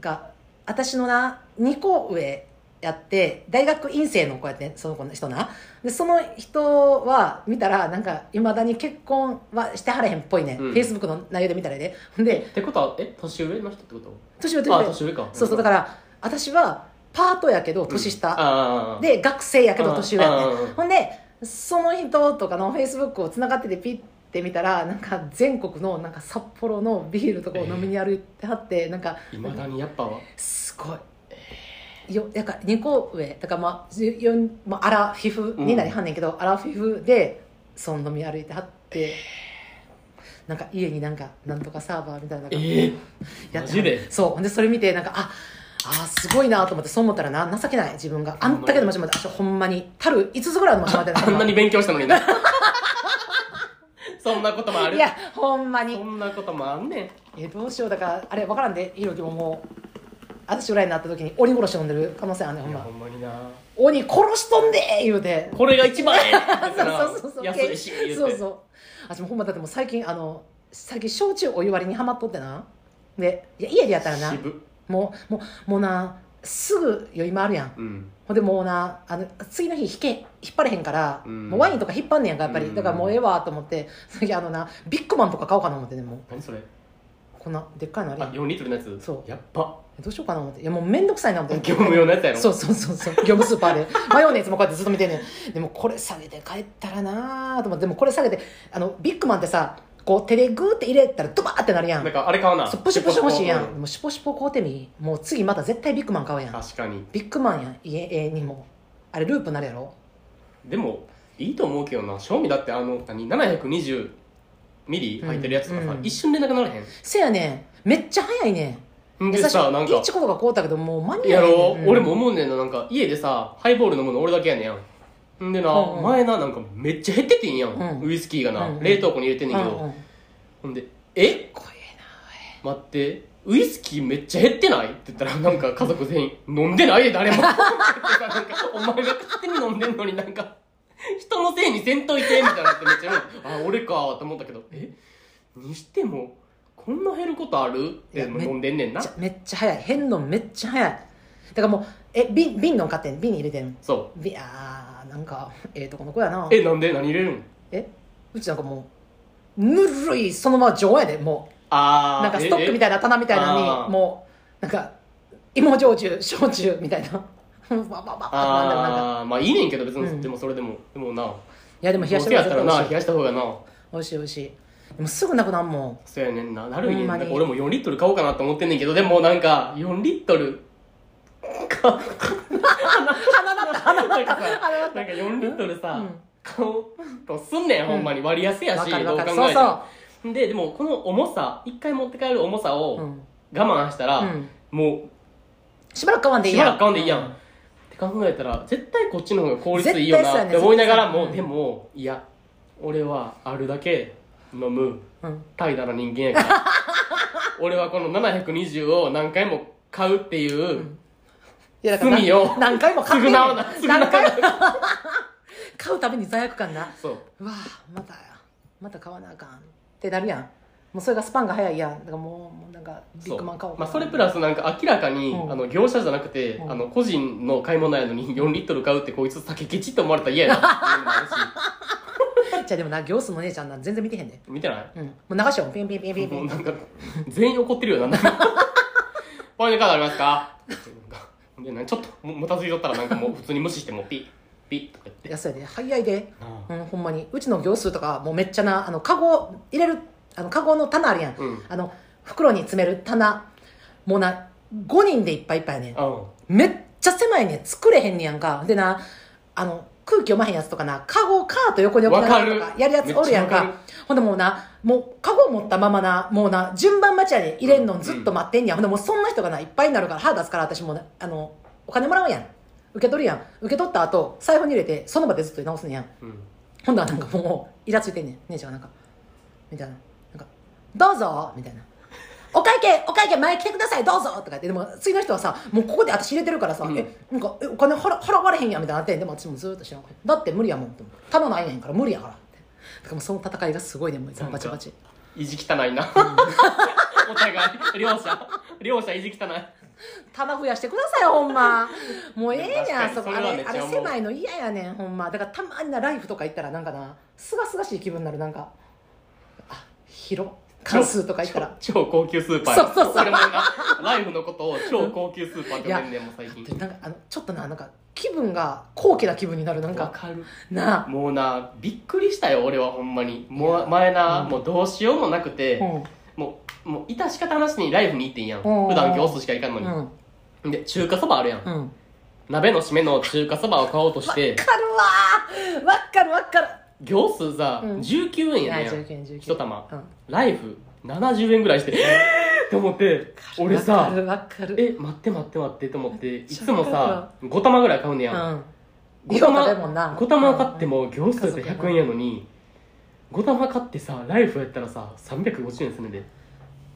Speaker 1: が私のな2個上やって大学院生の子やってんその子の人なでその人は見たらなんかいまだに結婚はしてはれへんっぽいね、
Speaker 2: うん
Speaker 1: フェイスブックの内容で見たらやでほんで
Speaker 2: ってことはえ年上の人ってこと
Speaker 1: 年上年
Speaker 2: あ
Speaker 1: 上
Speaker 2: 年上か
Speaker 1: そうそうだか
Speaker 2: ら
Speaker 1: ら私はパートやけど年下、
Speaker 2: 下
Speaker 1: で学生やけど
Speaker 2: うん
Speaker 1: 年上やね
Speaker 2: うんうんうん
Speaker 1: ほんでその人とかのフェイスブックをつながっててピッて見たらなんか全国のなんか札幌のビールとかを飲みに歩いてはって、なんか
Speaker 2: いまだにやっぱは
Speaker 1: すごいよだから2個上だからまあじよんまあアラフィフになりはんねんけど、アラフィフでその飲み歩いてはってなんか家になんかなんとかサーバーみたいなのが
Speaker 2: ええ
Speaker 1: や
Speaker 2: マ
Speaker 1: って
Speaker 2: ジで
Speaker 1: そうほんでそれ見てなんかああーすごいなと思ってそう思ったらな情けない自分があんだけの町まで私ほんまにたる5つぐらいの町まで
Speaker 2: あんなに勉強したのにな そんなこともある
Speaker 1: いやほんまに
Speaker 2: そんなこともあんねん
Speaker 1: えどうしようだからあれ分からんでひろきももう私ぐらいになった時に鬼殺し飲んでる可能性あるねんほ
Speaker 2: い
Speaker 1: ん
Speaker 2: や
Speaker 1: ま
Speaker 2: ほんまにな
Speaker 1: 鬼殺しとんでー言うて
Speaker 2: これが一番ええ
Speaker 1: そうそうそうそう
Speaker 2: 安いし言うて
Speaker 1: そうそう私もほんまだってもう最近あの最近焼酎お湯割りにはまっとってなでいや家でやったらな
Speaker 2: 渋
Speaker 1: もうもうもうなすぐ酔い回るやん
Speaker 2: うん
Speaker 1: ほんでもうなあの次の日引け引っ張れへんから、
Speaker 2: うん
Speaker 1: もうワインとか引っ張んねやんかやっぱり、
Speaker 2: うん
Speaker 1: だからもうええわと思ってその時あのなビッグマンとか買おうかな思ってねもう
Speaker 2: 何それ
Speaker 1: こんなでっかいのあ
Speaker 2: あ
Speaker 1: れやん
Speaker 2: 4リットルのやつ
Speaker 1: そう
Speaker 2: やっぱ
Speaker 1: どうしようかな思っていやもうめんどくさいな思って
Speaker 2: 業務用のやつやろ
Speaker 1: そうそうそうそう業務スーパーでマヨネーズもこうやってずっと見てんねんでもこれ下げて帰ったらなーと思ってでもこれ下げてあのビッグマンってさこう手でグーって入れたらドバーってなるやん
Speaker 2: なんかあれ買うな
Speaker 1: そうポシュポシュ欲しいや
Speaker 2: うん
Speaker 1: もうシュポシュポ買うてみもう次また絶対ビッグマン買うやん
Speaker 2: 確かに
Speaker 1: ビッグマンやん家えにもあれループなるやろ
Speaker 2: でもいいと思うけどな賞味だってあの何720ミリ入ってるやつとかさ、
Speaker 1: うん
Speaker 2: 一瞬でなくならへん
Speaker 1: せやねんめっちゃ早いねん
Speaker 2: ん
Speaker 1: で
Speaker 2: でさ
Speaker 1: さ
Speaker 2: なん
Speaker 1: い
Speaker 2: か
Speaker 1: ちことが買うたけどもう間に合
Speaker 2: や
Speaker 1: わへん
Speaker 2: ろう、
Speaker 1: うん
Speaker 2: 俺も思うねんななんか家でさハイボール飲むの俺だけやねんやんんでな、
Speaker 1: うんうん
Speaker 2: 前ななんかめっちゃ減っててんやん、
Speaker 1: うん
Speaker 2: ウイスキーがな、
Speaker 1: うんうん
Speaker 2: 冷凍庫に入れて
Speaker 1: うんん
Speaker 2: ねんけど、
Speaker 1: うん
Speaker 2: ほんで「え
Speaker 1: 怖
Speaker 2: 待ってウイスキーめっちゃ減ってない?」って言ったらなんか家族全員「飲んでない で誰も」なんかお前が勝手に飲んでんのになんか人のせいにせんといて」みたいになってめっちゃ言うのあ俺か」と思ったけど「えにしてもこんな減ることある?」っ
Speaker 1: い
Speaker 2: て
Speaker 1: やめ
Speaker 2: 飲んでんねんな
Speaker 1: めっちゃめっちゃ早い変のめっちゃ早いだからもうえ瓶瓶の買ってん瓶に入れてん
Speaker 2: そ
Speaker 1: ビあーなんかええとこの子やな
Speaker 2: う「えなんで何入れるん?
Speaker 1: えうちなんかもうぬるいそのまま上やでも」う
Speaker 2: ああ
Speaker 1: なんかストックみたいな棚みたいなの
Speaker 2: あー
Speaker 1: にもうなんか芋焼酎焼酎みたいなバババババなんか
Speaker 2: ああーまあいいねんけど別に、
Speaker 1: うん
Speaker 2: でもそれでもでもない
Speaker 1: やでも冷やし
Speaker 2: どう
Speaker 1: た
Speaker 2: せ
Speaker 1: ら
Speaker 2: やっ
Speaker 1: 絶
Speaker 2: た
Speaker 1: 対
Speaker 2: ら
Speaker 1: 美味しい
Speaker 2: な冷やした方がな
Speaker 1: 美味しい美味しいでもすぐなくなんもん
Speaker 2: そうやねんななるん
Speaker 1: ほん
Speaker 2: や
Speaker 1: ま
Speaker 2: ん
Speaker 1: に
Speaker 2: なんか俺も4リットル買おうかなと思ってんねんけどでもなんか4リットルか
Speaker 1: 鼻だった鼻
Speaker 2: なんかさ
Speaker 1: 鼻だっ
Speaker 2: なんか4リットル
Speaker 1: た
Speaker 2: さ、
Speaker 1: うん
Speaker 2: 買おうとすんねん、ほんまに割安や
Speaker 1: わ
Speaker 2: し
Speaker 1: かる
Speaker 2: ど
Speaker 1: わ
Speaker 2: う
Speaker 1: か
Speaker 2: 考
Speaker 1: るそう
Speaker 2: えて
Speaker 1: そ
Speaker 2: もででもこの重さ一回持って帰る重さ
Speaker 1: うう
Speaker 2: を
Speaker 1: ん
Speaker 2: 我慢したら、
Speaker 1: うん
Speaker 2: も
Speaker 1: しばらく買わん
Speaker 2: う
Speaker 1: でい
Speaker 2: し
Speaker 1: いや
Speaker 2: ばらく買うんでいいやん、って考えたら絶対こっちの方が効率いいよなって思いながらも、
Speaker 1: 絶対そうやね
Speaker 2: でもいや俺はあるだけ飲む
Speaker 1: うん
Speaker 2: 怠惰な人間やから 俺はこの720を何回も買うっていう
Speaker 1: いやだから
Speaker 2: 罪を
Speaker 1: 何回も買ってんねん
Speaker 2: 償わな償わな
Speaker 1: 何回も買うたびに罪悪感な
Speaker 2: そう
Speaker 1: うわあまたまた買わなあかんってなるやんもうそれがスパンが早いやんだからもうもうなんかビッグマン買おう
Speaker 2: まあ、それプラスなんか明らかに、
Speaker 1: うん
Speaker 2: あの業者じゃなくて、
Speaker 1: うん
Speaker 2: あの個人の買い物やのに4リットル買うってこいつ酒ケチって思われたら嫌やなっていうのも あるし
Speaker 1: じゃあでもな行数の姉ちゃんなん全然見てへんね
Speaker 2: 見てない
Speaker 1: うんもう流しようピンピンピンピンピ
Speaker 2: もう
Speaker 1: ン
Speaker 2: なんか全員怒ってるよななん かポイントカードありますかでなんかちょっとももたついとったらなんかもう普通に無視してもうピッピッとか言って
Speaker 1: いやそうやで早いで
Speaker 2: なあ
Speaker 1: うんほんまにうちの行数とかもうめっちゃなあのカゴ入れるあのカゴの棚あるやん、
Speaker 2: うん
Speaker 1: あの袋に詰める棚もうな5人でいっぱいいっぱいやねん
Speaker 2: うん
Speaker 1: めっちゃ狭いねん作れへんねやんかでなあの空気読まへんやつとかなカゴをカート横に置きながらと
Speaker 2: わか
Speaker 1: か
Speaker 2: る
Speaker 1: やるやつおるやん
Speaker 2: めっち
Speaker 1: か
Speaker 2: ゃわかる
Speaker 1: ほんでもうなもうカゴを持ったままなもうな順番待ちやで入れんのずっと待ってんねや、ほんでもうそんな人がないっぱいになるから歯出すから私もなあのお金もらうやん受け取るやん受け取った後財布に入れてその場でずっと直すねやん
Speaker 2: うん
Speaker 1: ほんだらなんかもうイラついてんねん姉ちゃんがなんかみたいななんか「どうぞ」みたいな「お会計お会計前来てくださいどうぞ」とか言ってでも次の人はさもうここで私入れてるからさ「
Speaker 2: うん
Speaker 1: えなんかえお金払払われへんや」みたいになってでも私もずっと知らんかっただって無理やもん」って「玉ないねんから無理やから」ってだからもうその戦いがすごいねもういつもバチバチ
Speaker 2: 意地汚 いなお互い両者両者意地汚い
Speaker 1: 棚増やしてくださいよほんま もうええやん
Speaker 2: で
Speaker 1: そ
Speaker 2: も確
Speaker 1: こ
Speaker 2: か
Speaker 1: あ
Speaker 2: に
Speaker 1: れあ
Speaker 2: それ
Speaker 1: れ
Speaker 2: はめっちゃ思う
Speaker 1: 狭いの嫌やねんほんまだからたまになライフとか行ったらなんかなすがすがしい気分になるなんかあ広関数とか行ったら
Speaker 2: 超超高級スーパー
Speaker 1: そうそうそう
Speaker 2: れもなライフのことを超高級スーパーって呼んでんねんもう最
Speaker 1: で
Speaker 2: 近
Speaker 1: なんかあのちょっとななんか気分が高貴な気分になるなん
Speaker 2: わ
Speaker 1: か
Speaker 2: かる
Speaker 1: なあ
Speaker 2: もうなびっくりしたよ俺はほんまに
Speaker 1: い
Speaker 2: も
Speaker 1: や
Speaker 2: う前な、
Speaker 1: うん
Speaker 2: もうどうしようもなくて、
Speaker 1: うん
Speaker 2: もうもういたしかたなしにライフに行ってんやん
Speaker 1: うん
Speaker 2: 普段今日お寿司しか行かん
Speaker 1: う
Speaker 2: のに、
Speaker 1: ん
Speaker 2: で中華そばあるやん、
Speaker 1: うん
Speaker 2: 鍋の締めの中華そばを買おうとして
Speaker 1: わかるわーわかるわかる
Speaker 2: 行数さ、
Speaker 1: うん
Speaker 2: 19円
Speaker 1: い
Speaker 2: や
Speaker 1: や
Speaker 2: ねんや
Speaker 1: 19 19
Speaker 2: 一玉
Speaker 1: うん
Speaker 2: ライフ70円ぐらいしてえーって思って俺
Speaker 1: わ
Speaker 2: さ
Speaker 1: かるわかる
Speaker 2: え待って待って待ってと思ってい
Speaker 1: ちゃ
Speaker 2: つもさ5玉ぐらい買うね
Speaker 1: う
Speaker 2: やん、
Speaker 1: ん
Speaker 2: 五
Speaker 1: よう食べるもんな
Speaker 2: 5玉買っても行
Speaker 1: 家
Speaker 2: 数
Speaker 1: 族
Speaker 2: で
Speaker 1: やな
Speaker 2: 100円やのに5玉買ってさライフやったらさ350円するねんで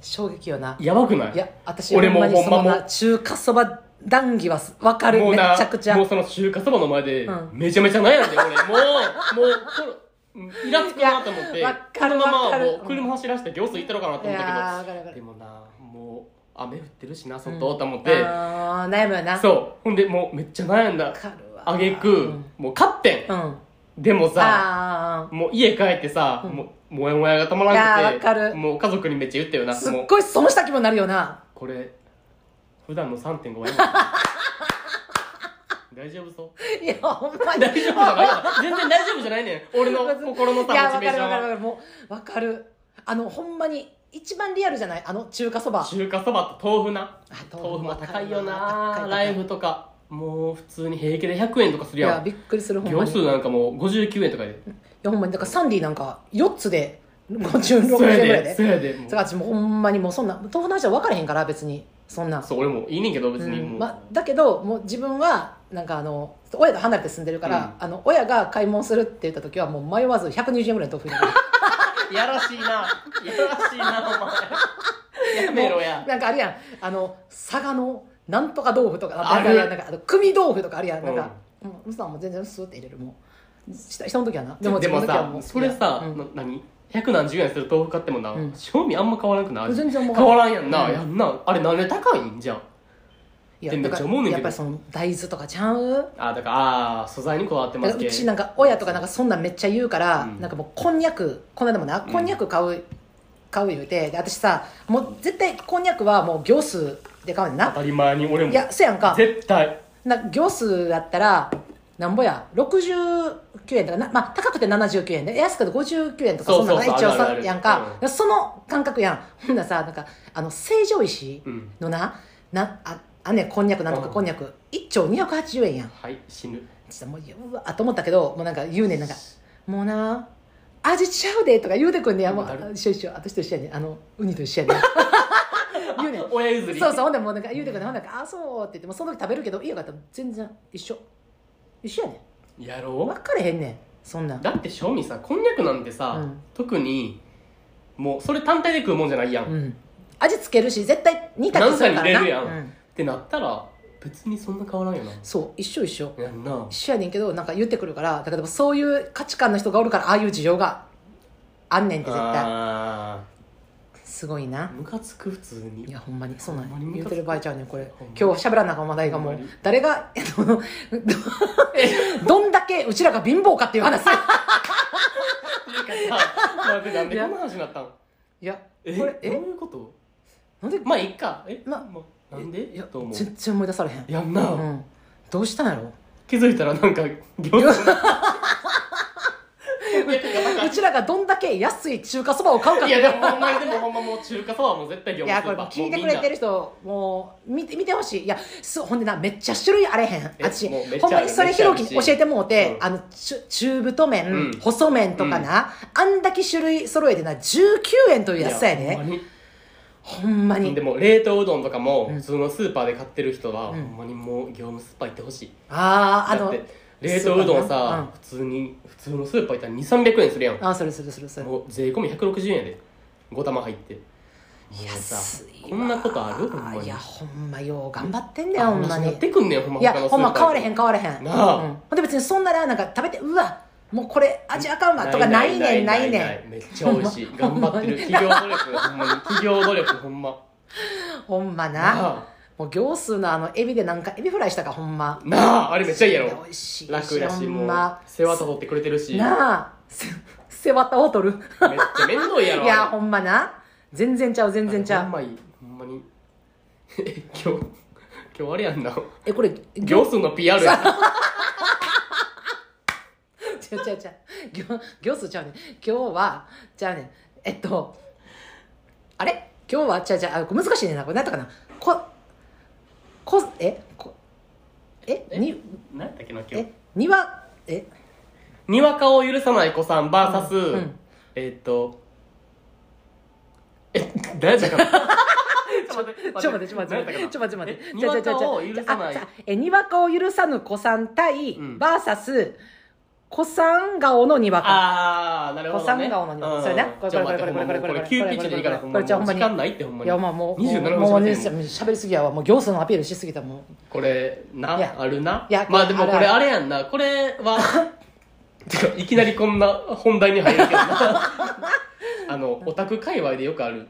Speaker 1: 衝撃よな
Speaker 2: やばくない
Speaker 1: いや私
Speaker 2: 俺も
Speaker 1: ほんまにその
Speaker 2: ほんま
Speaker 1: な中華そば談義はすわかる
Speaker 2: もう
Speaker 1: めち
Speaker 2: な
Speaker 1: ゃくちゃ
Speaker 2: もうその中華そばの前で
Speaker 1: うん
Speaker 2: めちゃめちゃ悩んで、俺もうもうこれイラつくなと思っ
Speaker 1: い
Speaker 2: て
Speaker 1: やわ
Speaker 2: こ
Speaker 1: かる
Speaker 2: のまま
Speaker 1: わかる
Speaker 2: もう車走らせて行数行ったのかなと
Speaker 1: い
Speaker 2: 思
Speaker 1: や
Speaker 2: っ
Speaker 1: ー
Speaker 2: た
Speaker 1: わかるわか
Speaker 2: けどで
Speaker 1: る
Speaker 2: もなもう雨降ってるしな外、
Speaker 1: うん
Speaker 2: と思って
Speaker 1: あー悩むよなう
Speaker 2: そうほんでもうめっちゃ悩んだ
Speaker 1: わかるわ
Speaker 2: あげく、
Speaker 1: うん
Speaker 2: もう勝ってん
Speaker 1: う、ん
Speaker 2: でもさ
Speaker 1: あ
Speaker 2: もう家帰ってさ、
Speaker 1: うん
Speaker 2: もうもやもやが止まらなくて
Speaker 1: いやーわかる
Speaker 2: もう家族にめっちゃ言ったよ
Speaker 1: あ
Speaker 2: な
Speaker 1: すっ
Speaker 2: もう
Speaker 1: ごい損した気分になるよな
Speaker 2: これ普段の3.5倍 大丈夫そう
Speaker 1: いやほんまに
Speaker 2: 大丈夫じゃないわ全然大丈夫じゃないねん俺の心のさ
Speaker 1: いや
Speaker 2: モチ
Speaker 1: わ
Speaker 2: ベー
Speaker 1: か
Speaker 2: シ
Speaker 1: る
Speaker 2: ョ
Speaker 1: わかるわ
Speaker 2: ン
Speaker 1: か
Speaker 2: は
Speaker 1: るもうわかるあのほんまに一番リアルじゃないあの中華そば
Speaker 2: 中華そばと豆腐な
Speaker 1: あ
Speaker 2: 豆腐も高いよ
Speaker 1: 高い
Speaker 2: な
Speaker 1: 高い
Speaker 2: ライフとかもう普通に平気で100円とかす
Speaker 1: い
Speaker 2: るや
Speaker 1: や
Speaker 2: ん
Speaker 1: びっくりするほんま
Speaker 2: 行
Speaker 1: に
Speaker 2: 数
Speaker 1: い
Speaker 2: なんかもう59円とかで
Speaker 1: やほんまにだからサンディなんか4つで56円ぐ
Speaker 2: そう
Speaker 1: ら
Speaker 2: や
Speaker 1: い
Speaker 2: で
Speaker 1: で
Speaker 2: そうやでも
Speaker 1: だ
Speaker 2: う
Speaker 1: から私もうほんまにもうそんな豆腐の味は分からへんから別にそんな
Speaker 2: そう俺もいいねんけど別に
Speaker 1: う
Speaker 2: も
Speaker 1: ん
Speaker 2: う、
Speaker 1: ま、だけどもう自分はなんかあの親と離れて住んでるから、あの親が買い物するって言った時はもう迷わず120円ぐらいの豆腐に
Speaker 2: やらしいなやらしいなお前やめろや
Speaker 1: なんかあるやんあの佐賀のなんとか豆腐とか
Speaker 2: ある
Speaker 1: なんかなんかあの組豆腐とかあるやんなんか、うん、うさんも全然スーって入れるもう下下の時はな
Speaker 2: でも
Speaker 1: 自分の時は
Speaker 2: さそれさ、
Speaker 1: うん
Speaker 2: な何百何十円する豆腐買ってもな、
Speaker 1: うん
Speaker 2: 賞味あんま変わらんくない
Speaker 1: 全然思
Speaker 2: 変わらんやんな、
Speaker 1: うん
Speaker 2: やんなあれなんで高いんじゃん
Speaker 1: いや
Speaker 2: ってめっちゃ
Speaker 1: だから
Speaker 2: 思うねんけど
Speaker 1: やっぱりその大豆とかちゃう
Speaker 2: あだからあー素材にこだわってま
Speaker 1: だ
Speaker 2: す
Speaker 1: から
Speaker 2: け
Speaker 1: うちなんか親とかなんかそんなんめっちゃ言うから、
Speaker 2: うん
Speaker 1: なんかもうこんにゃくこの間もな
Speaker 2: うん
Speaker 1: こんにゃく買う、買う言うてで私さもう絶対こんにゃくはもう行数で買うねん
Speaker 2: 当
Speaker 1: な
Speaker 2: たり前に俺も
Speaker 1: いやそやんか
Speaker 2: 絶対
Speaker 1: な行数だったらなんぼや69円とかな、まあ、高くて79円で安くて59円とか
Speaker 2: そ
Speaker 1: そ
Speaker 2: うん
Speaker 1: な
Speaker 2: そう
Speaker 1: の
Speaker 2: そう
Speaker 1: 一応
Speaker 2: あるある
Speaker 1: さ
Speaker 2: ある
Speaker 1: やんか、
Speaker 2: う
Speaker 1: その感覚やんほんならさなんかあの成城石
Speaker 2: うん
Speaker 1: のななああねこんにゃくなんとか
Speaker 2: うん
Speaker 1: こんにゃく1丁280円やん
Speaker 2: はい死ぬ
Speaker 1: ちょっともううわと思ったけどもうなんか言うねんなんか「もうな味ちゃうで」とか言うてくんねやも
Speaker 2: わかる
Speaker 1: う 一緒一緒私と一緒やねんあのウニと一緒やねん言うねん
Speaker 2: 親譲り
Speaker 1: そうそうほんでもうなんか言うてくれてほんでなんか「あそう」って言ってもうその時食べるけど家帰ったら全然一緒一緒やね
Speaker 2: や
Speaker 1: ん分
Speaker 2: ろ
Speaker 1: かれへんねんそんなん
Speaker 2: うだって正味さこんにゃくなんてさ、
Speaker 1: うん
Speaker 2: 特にもうそれ単体で食うもんじゃないやん、
Speaker 1: う
Speaker 2: っ
Speaker 1: ん味付けるし絶対煮たりするからな
Speaker 2: 何かに入れるやん
Speaker 1: うん、
Speaker 2: てなったら別にそんな変わらんよな
Speaker 1: そう一緒一緒
Speaker 2: やんな
Speaker 1: 一緒やねんけどなんか言ってくるからだからでもそういう価値観の人がおるからああいう事情があんねんって絶対
Speaker 2: あ
Speaker 1: すごいな
Speaker 2: ームカつく普通に
Speaker 1: いやほんまにそうなん
Speaker 2: ほ
Speaker 1: や
Speaker 2: んまに
Speaker 1: 言うてる場合ちゃうねんこれ
Speaker 2: ほんまに
Speaker 1: 今日喋らなあかん話題がも
Speaker 2: ほ
Speaker 1: うん
Speaker 2: まに
Speaker 1: 誰がえっと どどんだけうちらが貧乏かっていう話
Speaker 2: なんかさ待ってなんで
Speaker 1: い
Speaker 2: こ
Speaker 1: や
Speaker 2: んな話になったん
Speaker 1: いや
Speaker 2: え
Speaker 1: これえ
Speaker 2: どういうこと
Speaker 1: なんで
Speaker 2: まあいっかえ
Speaker 1: な
Speaker 2: まあなんで
Speaker 1: いや
Speaker 2: と思う
Speaker 1: 全然思い出されへん
Speaker 2: やんな、
Speaker 1: うんどうしたんやろ
Speaker 2: 気づいたらな んか餃子
Speaker 1: うちらがどんだけ安い中華そばを買うかっ
Speaker 2: い
Speaker 1: てい
Speaker 2: や
Speaker 1: う
Speaker 2: でもほんまにでもほんまもう中華そばも絶対餃子
Speaker 1: いやこれもう聞いてくれて
Speaker 2: る
Speaker 1: る人もう見て見てほしいいやそうほんでなめっちゃ種類あれへん
Speaker 2: え
Speaker 1: 私
Speaker 2: もうめっち
Speaker 1: ほ
Speaker 2: ゃ
Speaker 1: んまにそ
Speaker 2: め
Speaker 1: れ
Speaker 2: っ
Speaker 1: ひ
Speaker 2: ちゃあ
Speaker 1: ろ
Speaker 2: る
Speaker 1: き
Speaker 2: し
Speaker 1: に教えてもうて、
Speaker 2: うん
Speaker 1: あのちゅ中太麺、
Speaker 2: うん
Speaker 1: 細麺とかな、あんだけ種類揃えてな19円という安さやねほんまに
Speaker 2: でも冷凍うどんとかも
Speaker 1: うん
Speaker 2: 普通のスーパーで買ってる人は、
Speaker 1: うん
Speaker 2: ほんまにもう業務スーパー行ってほしい
Speaker 1: あああ
Speaker 2: だっ
Speaker 1: の
Speaker 2: て冷凍うどん
Speaker 1: スーパーなうん
Speaker 2: さ、普通に普通のスーパー行ったら2300円するやん
Speaker 1: あそれそれそれそれ
Speaker 2: もう税込み160円やで5玉入ってもうさ
Speaker 1: 安いわ
Speaker 2: こんなことあるほんまに
Speaker 1: いやほんまよう頑張ってんだよほんま
Speaker 2: 話
Speaker 1: に
Speaker 2: なってくんねんほんま
Speaker 1: いや
Speaker 2: 他のス
Speaker 1: ほんま
Speaker 2: ーパー
Speaker 1: 変われへん変われへん
Speaker 2: なあ
Speaker 1: うん、ほんで別にそんなななんか食べてうわもうこれ味あかんわとかないねんないね
Speaker 2: んめっちゃ美味し い頑張ってる企業努力ほんまに企業努力ほんま
Speaker 1: んほんま
Speaker 2: な
Speaker 1: な
Speaker 2: あ
Speaker 1: もう行数のあのエビでなんかエビフライしたかほんま
Speaker 2: なああれめっちゃいいやろ
Speaker 1: 美味しいし
Speaker 2: 楽やし
Speaker 1: ほ
Speaker 2: も
Speaker 1: ん
Speaker 2: う
Speaker 1: ま
Speaker 2: 世話取ってくれてるしめっ
Speaker 1: なあせ背わたを取る
Speaker 2: ちゃ面倒いやろ
Speaker 1: いや
Speaker 2: あれ
Speaker 1: ほんまな全然ちゃう全然ちゃ
Speaker 2: ほん
Speaker 1: う
Speaker 2: まいいほんまに え今日今日あれやんな
Speaker 1: えこれ
Speaker 2: 行数の PR や
Speaker 1: ちゃうちゃうちゃう行行数ちゃうねん今日はじゃあねえっとあれ今日はじゃあじゃああこれ難しいねんなこれ何だったかなここえこえ
Speaker 2: え
Speaker 1: に
Speaker 2: 何やったっけな今日
Speaker 1: えにはえ
Speaker 2: にわかを許さない子さん VS、
Speaker 1: うんうん
Speaker 2: えーっとえ何やったか なちょっ
Speaker 1: ちょっと待ってちょっと待って
Speaker 2: 何やたかな
Speaker 1: ちょっと待って
Speaker 2: え
Speaker 1: ち
Speaker 2: に
Speaker 1: ょっと
Speaker 2: わ
Speaker 1: 待ってちょ
Speaker 2: かを許
Speaker 1: っと
Speaker 2: さ
Speaker 1: 待
Speaker 2: な
Speaker 1: って
Speaker 2: い
Speaker 1: ああえにわかを許さぬ子さん対
Speaker 2: うん
Speaker 1: バーサス子さん顔のにわか
Speaker 2: ああなるほど、ね、
Speaker 1: こう三顔のにもそれねこれ
Speaker 2: ちょっと待っ
Speaker 1: こ
Speaker 2: て
Speaker 1: れこれこれ
Speaker 2: ほ
Speaker 1: これ
Speaker 2: んまもう
Speaker 1: これ
Speaker 2: 急ピッチでいいから
Speaker 1: こ
Speaker 2: ほ
Speaker 1: れ
Speaker 2: んま
Speaker 1: これじゃあ
Speaker 2: も
Speaker 1: ほん
Speaker 2: う
Speaker 1: ま
Speaker 2: 時
Speaker 1: に
Speaker 2: 間ないってほん
Speaker 1: い
Speaker 2: まに
Speaker 1: やまあもうもう
Speaker 2: 27分
Speaker 1: もうね
Speaker 2: 喋ってんの
Speaker 1: 喋りすぎやわもう行数のアピールしすぎたもう
Speaker 2: これない
Speaker 1: や
Speaker 2: あるない
Speaker 1: や
Speaker 2: まあでも
Speaker 1: あるあ
Speaker 2: こ
Speaker 1: る
Speaker 2: れあれやんなこれ はてかいきなりこんな本題に入るけどな あのオタク界隈でよくある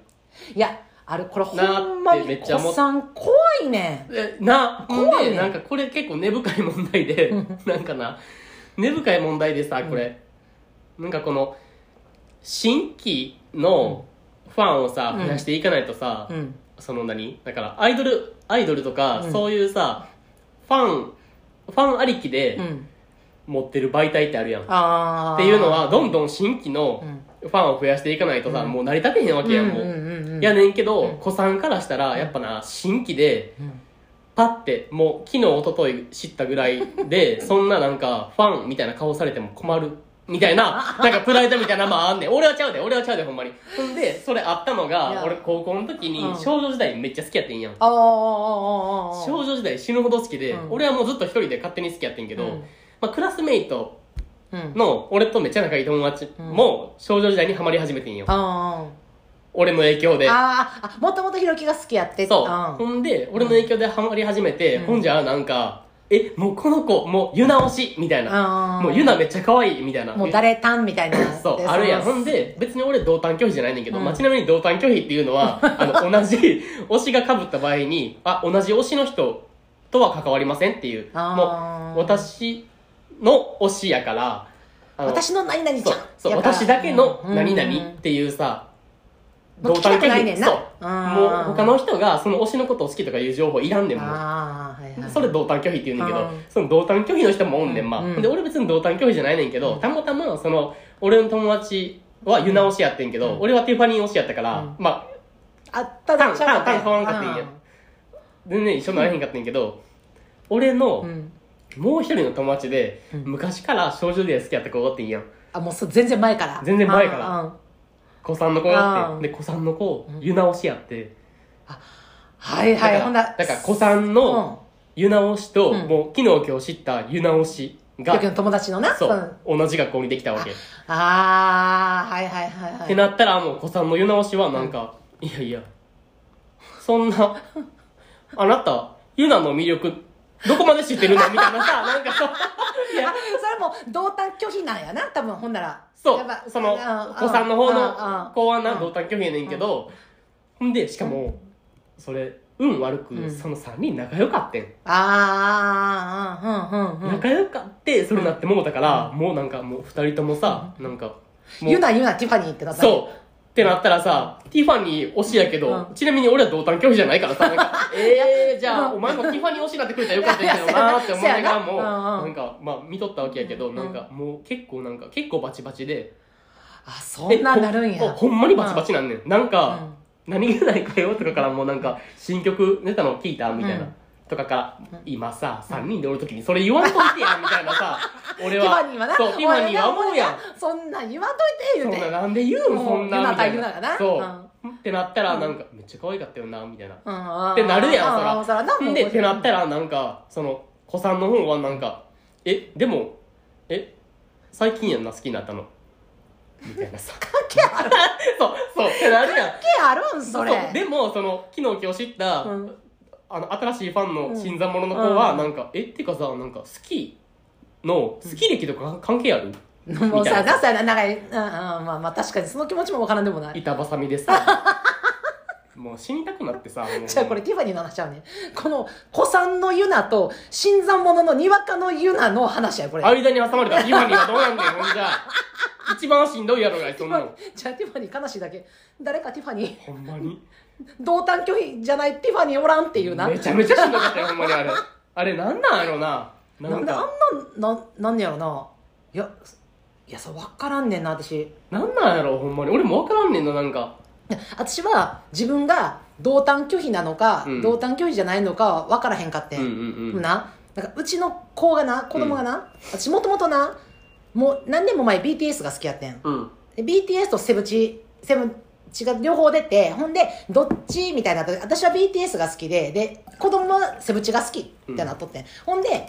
Speaker 1: いやあれこれほ
Speaker 2: なあ
Speaker 1: んま
Speaker 2: ってめ
Speaker 1: に
Speaker 2: っちゃ思
Speaker 1: 子
Speaker 2: っ
Speaker 1: さん怖いね
Speaker 2: えな
Speaker 1: 怖いね
Speaker 2: でなんかこれ結構根深い問題でなんかな根深い問題でさこれ、なんかこの新規のファンをさ
Speaker 1: うん
Speaker 2: 増やしていかないとさ、
Speaker 1: んうん
Speaker 2: その何だからアイドルアイドルとか、
Speaker 1: うん
Speaker 2: そういうさファンファンありきで
Speaker 1: うん
Speaker 2: 持ってる媒体ってあるやん、っ
Speaker 1: ああ
Speaker 2: ていうのはどんどん新規
Speaker 1: う
Speaker 2: の
Speaker 1: ん
Speaker 2: ファンを増やしていかないとさ、
Speaker 1: うん
Speaker 2: もう成り立てへんわ
Speaker 1: うん
Speaker 2: け
Speaker 1: う
Speaker 2: やん、
Speaker 1: ん
Speaker 2: もう、
Speaker 1: うんうん
Speaker 2: やねんけど、
Speaker 1: うん
Speaker 2: 子さんからしたらやっぱな新規で
Speaker 1: うん
Speaker 2: パッてもう昨日一昨日知ったぐらい でそんななんかファンみたいな顔されても困るみた いななんかプライドみたいなのもあんねん俺はちゃうで俺はちゃうでほんまにほんでそれあったの
Speaker 1: いや
Speaker 2: が俺高校の時に
Speaker 1: うん
Speaker 2: 少女時代めっちゃ好きやってんやん
Speaker 1: ああああああ
Speaker 2: 少女時代死ぬほど好きで、
Speaker 1: うん
Speaker 2: 俺はもうずっと一人で勝手に好きやってんけど、
Speaker 1: うん
Speaker 2: まあ、クラスメイト
Speaker 1: うん
Speaker 2: の俺とめっちゃ仲いい友達も少女時代にハマり始めてんよ、
Speaker 1: ああ
Speaker 2: 俺の影響で
Speaker 1: あーあもともとひろきが好きやって
Speaker 2: そう、
Speaker 1: ん
Speaker 2: ほんで俺の影響でハマり始めて、
Speaker 1: うん
Speaker 2: ほんじゃなんかえもうこの子もうユナ推しみたいな、
Speaker 1: あー
Speaker 2: もうユナめっちゃ可愛いみたいな
Speaker 1: もう誰たんみたいな
Speaker 2: そう
Speaker 1: で
Speaker 2: あるやん
Speaker 1: そ
Speaker 2: ほ
Speaker 1: の
Speaker 2: んで別に俺同担拒否じゃないねんけど、
Speaker 1: うん
Speaker 2: まあちなみに同担拒否っていうのはあの同じ 推しがかぶった場合にあ同じ推しの人とは関わりませんっていうも
Speaker 1: あ
Speaker 2: う
Speaker 1: ー
Speaker 2: 私の推しやからあの
Speaker 1: 私の何々ち
Speaker 2: そ
Speaker 1: ゃ
Speaker 2: うんそう
Speaker 1: やから
Speaker 2: 私だけの何
Speaker 1: うん
Speaker 2: 々っていうさ、
Speaker 1: もう聞きたくないねんな
Speaker 2: そう
Speaker 1: あ
Speaker 2: もう
Speaker 1: ー
Speaker 2: 他の人がその推しのことを好きとかいう情報いらんねんもん
Speaker 1: ああはいはい
Speaker 2: それ同担拒否って言うねんけ
Speaker 1: う
Speaker 2: ど
Speaker 1: ん
Speaker 2: その同担拒否の人もおんねんまあ、
Speaker 1: うん
Speaker 2: で俺別に同担拒否じゃないねんけど、
Speaker 1: うん
Speaker 2: たまたまその俺の友達はユナ推しやってんけど、
Speaker 1: うん
Speaker 2: 俺はティファニー推しやったから、
Speaker 1: うん
Speaker 2: まあ
Speaker 1: あった
Speaker 2: タ
Speaker 1: だ
Speaker 2: ン
Speaker 1: ちゃ
Speaker 2: タ
Speaker 1: う
Speaker 2: ンタン買わんかっていいんや全然一緒にならへんかったんやけど、俺
Speaker 1: う
Speaker 2: の
Speaker 1: ん
Speaker 2: もう一人の友達で、
Speaker 1: うん
Speaker 2: 昔から少女時代好きやった子がおってんやん
Speaker 1: あもうそう全然前から
Speaker 2: 全然前から
Speaker 1: あー
Speaker 2: 子さんの子がおっ
Speaker 1: あー
Speaker 2: てで子さんの子
Speaker 1: うん
Speaker 2: ユナ推しやって
Speaker 1: はいはい、ほん
Speaker 2: だ
Speaker 1: な
Speaker 2: からだから古参の湯直しと、
Speaker 1: うん
Speaker 2: もう昨日今日知った湯直し
Speaker 1: うん、
Speaker 2: が
Speaker 1: 時、の友達のな。
Speaker 2: そ
Speaker 1: ん
Speaker 2: う、同じ学校にできたわけ。っ
Speaker 1: ああ、はいはいはいはい。
Speaker 2: てなったら、もう古参の湯直しはなんか、いやいや、そんな、あなた、湯菜の魅力、どこまで知ってるのみたい なさ、なんかそう、いや
Speaker 1: あ、それも同担拒否なんやな、多分ほんなら。
Speaker 2: そ
Speaker 1: やっぱ
Speaker 2: う、その、子さんの方の子はな、同担拒否やねんけど、ほんで、しかも、それ、運悪
Speaker 1: う
Speaker 2: く、
Speaker 1: ん
Speaker 2: その3人仲良かってん。
Speaker 1: ああー、うんうんうんうん。
Speaker 2: 仲良かって、それなってもうたから、もうなんかもう2人ともさ、なんか、も
Speaker 1: ユ
Speaker 2: う、
Speaker 1: ナユナティファニーってなった。
Speaker 2: そう。ってなったらさ、ティファニー推しやけど、
Speaker 1: うん
Speaker 2: ちなみに俺は同担拒否じゃないからさ、な んか、えー、じゃあ、
Speaker 1: うん
Speaker 2: お前もティファニー推しになってくれたらよかったんやけどなーって思いながらも、
Speaker 1: いやいや そうやなうんうん
Speaker 2: なんか、まあ見とったわけやけど、
Speaker 1: うん
Speaker 2: なんかもう結構なんか、結構バチバチで、
Speaker 1: あ、そんなんなるん
Speaker 2: えほ
Speaker 1: や。
Speaker 2: ほんまにバチバチなんねん。なん
Speaker 1: う
Speaker 2: か、
Speaker 1: ん。
Speaker 2: 何気ない会話とかからもうなんか、新曲出たの聞いたみたいな。
Speaker 1: うん
Speaker 2: とかから
Speaker 1: うん、
Speaker 2: 今さ、3人でおるときにそれ言わんといてや、みたいな さ、
Speaker 1: ティ
Speaker 2: 俺
Speaker 1: フ
Speaker 2: は。
Speaker 1: ァニーはな、
Speaker 2: そう、ティファニーは思うやん。
Speaker 1: そんなん言わんといて言
Speaker 2: そん
Speaker 1: う
Speaker 2: な、
Speaker 1: て。
Speaker 2: なんで言う
Speaker 1: う
Speaker 2: ん、
Speaker 1: ん
Speaker 2: そんな。みたい
Speaker 1: 言うならな
Speaker 2: そう。ってなったら、
Speaker 1: うん
Speaker 2: なんか、めっちゃ可愛かったよな、みたいな。
Speaker 1: っ
Speaker 2: ってなるやんそら
Speaker 1: そらな、もう。
Speaker 2: で、ってなったら、なんか、その、子さんの方はなんか、え、でも、え、最近やんな、好きになったの。みたいなさ。
Speaker 1: けある、
Speaker 2: そう、そう、ってなるやん。
Speaker 1: けあるん、それ。
Speaker 2: うでもその昨日今日知った、
Speaker 1: うん
Speaker 2: あの新しいファンの新参者の子は、
Speaker 1: うん
Speaker 2: なんかえっていうかさなんか好きの好き歴とか関係ある、
Speaker 1: もうさ、
Speaker 2: みたい
Speaker 1: なさ、なんか、うんうん、まあまあ確かにその気持ちもわからんでもない。
Speaker 2: 板挟みでさ もう死にたくなってさもう
Speaker 1: じゃあこれティファニーの話ちゃうね。この、子さんのユナと、新参者のにわかのユナの話や、これ。
Speaker 2: 間に挟まれたらティファニーはどうなんだよほんじゃ一番しんどいやろがいそんなの
Speaker 1: じゃあティファニー悲しいだけ。誰かティファニー、
Speaker 2: ほんまに
Speaker 1: 同担拒否じゃないティファニーおらんっていうな。
Speaker 2: めちゃめちゃしんどかったよほんまにあれあれなんなんやろなな
Speaker 1: なん
Speaker 2: ん
Speaker 1: であ
Speaker 2: か
Speaker 1: んなん、なん、なんねやろな。いや、いや、そう、わからんねんな、私。
Speaker 2: なんなんやろほんまに俺もわからんねんななんか
Speaker 1: 私は自分が同担拒否なのか、
Speaker 2: うん
Speaker 1: 同担拒否じゃないのか分からへんかって、
Speaker 2: うんうんうん
Speaker 1: ななんかうちの子がな子供がな、私もともとなもう何年も前 BTS が好きやってん
Speaker 2: うん
Speaker 1: で BTS とセブチセブチが両方出てほんでどっちみたいな私は BTS が好きでで子供はセブチが好きみたいなっとってん、ほんで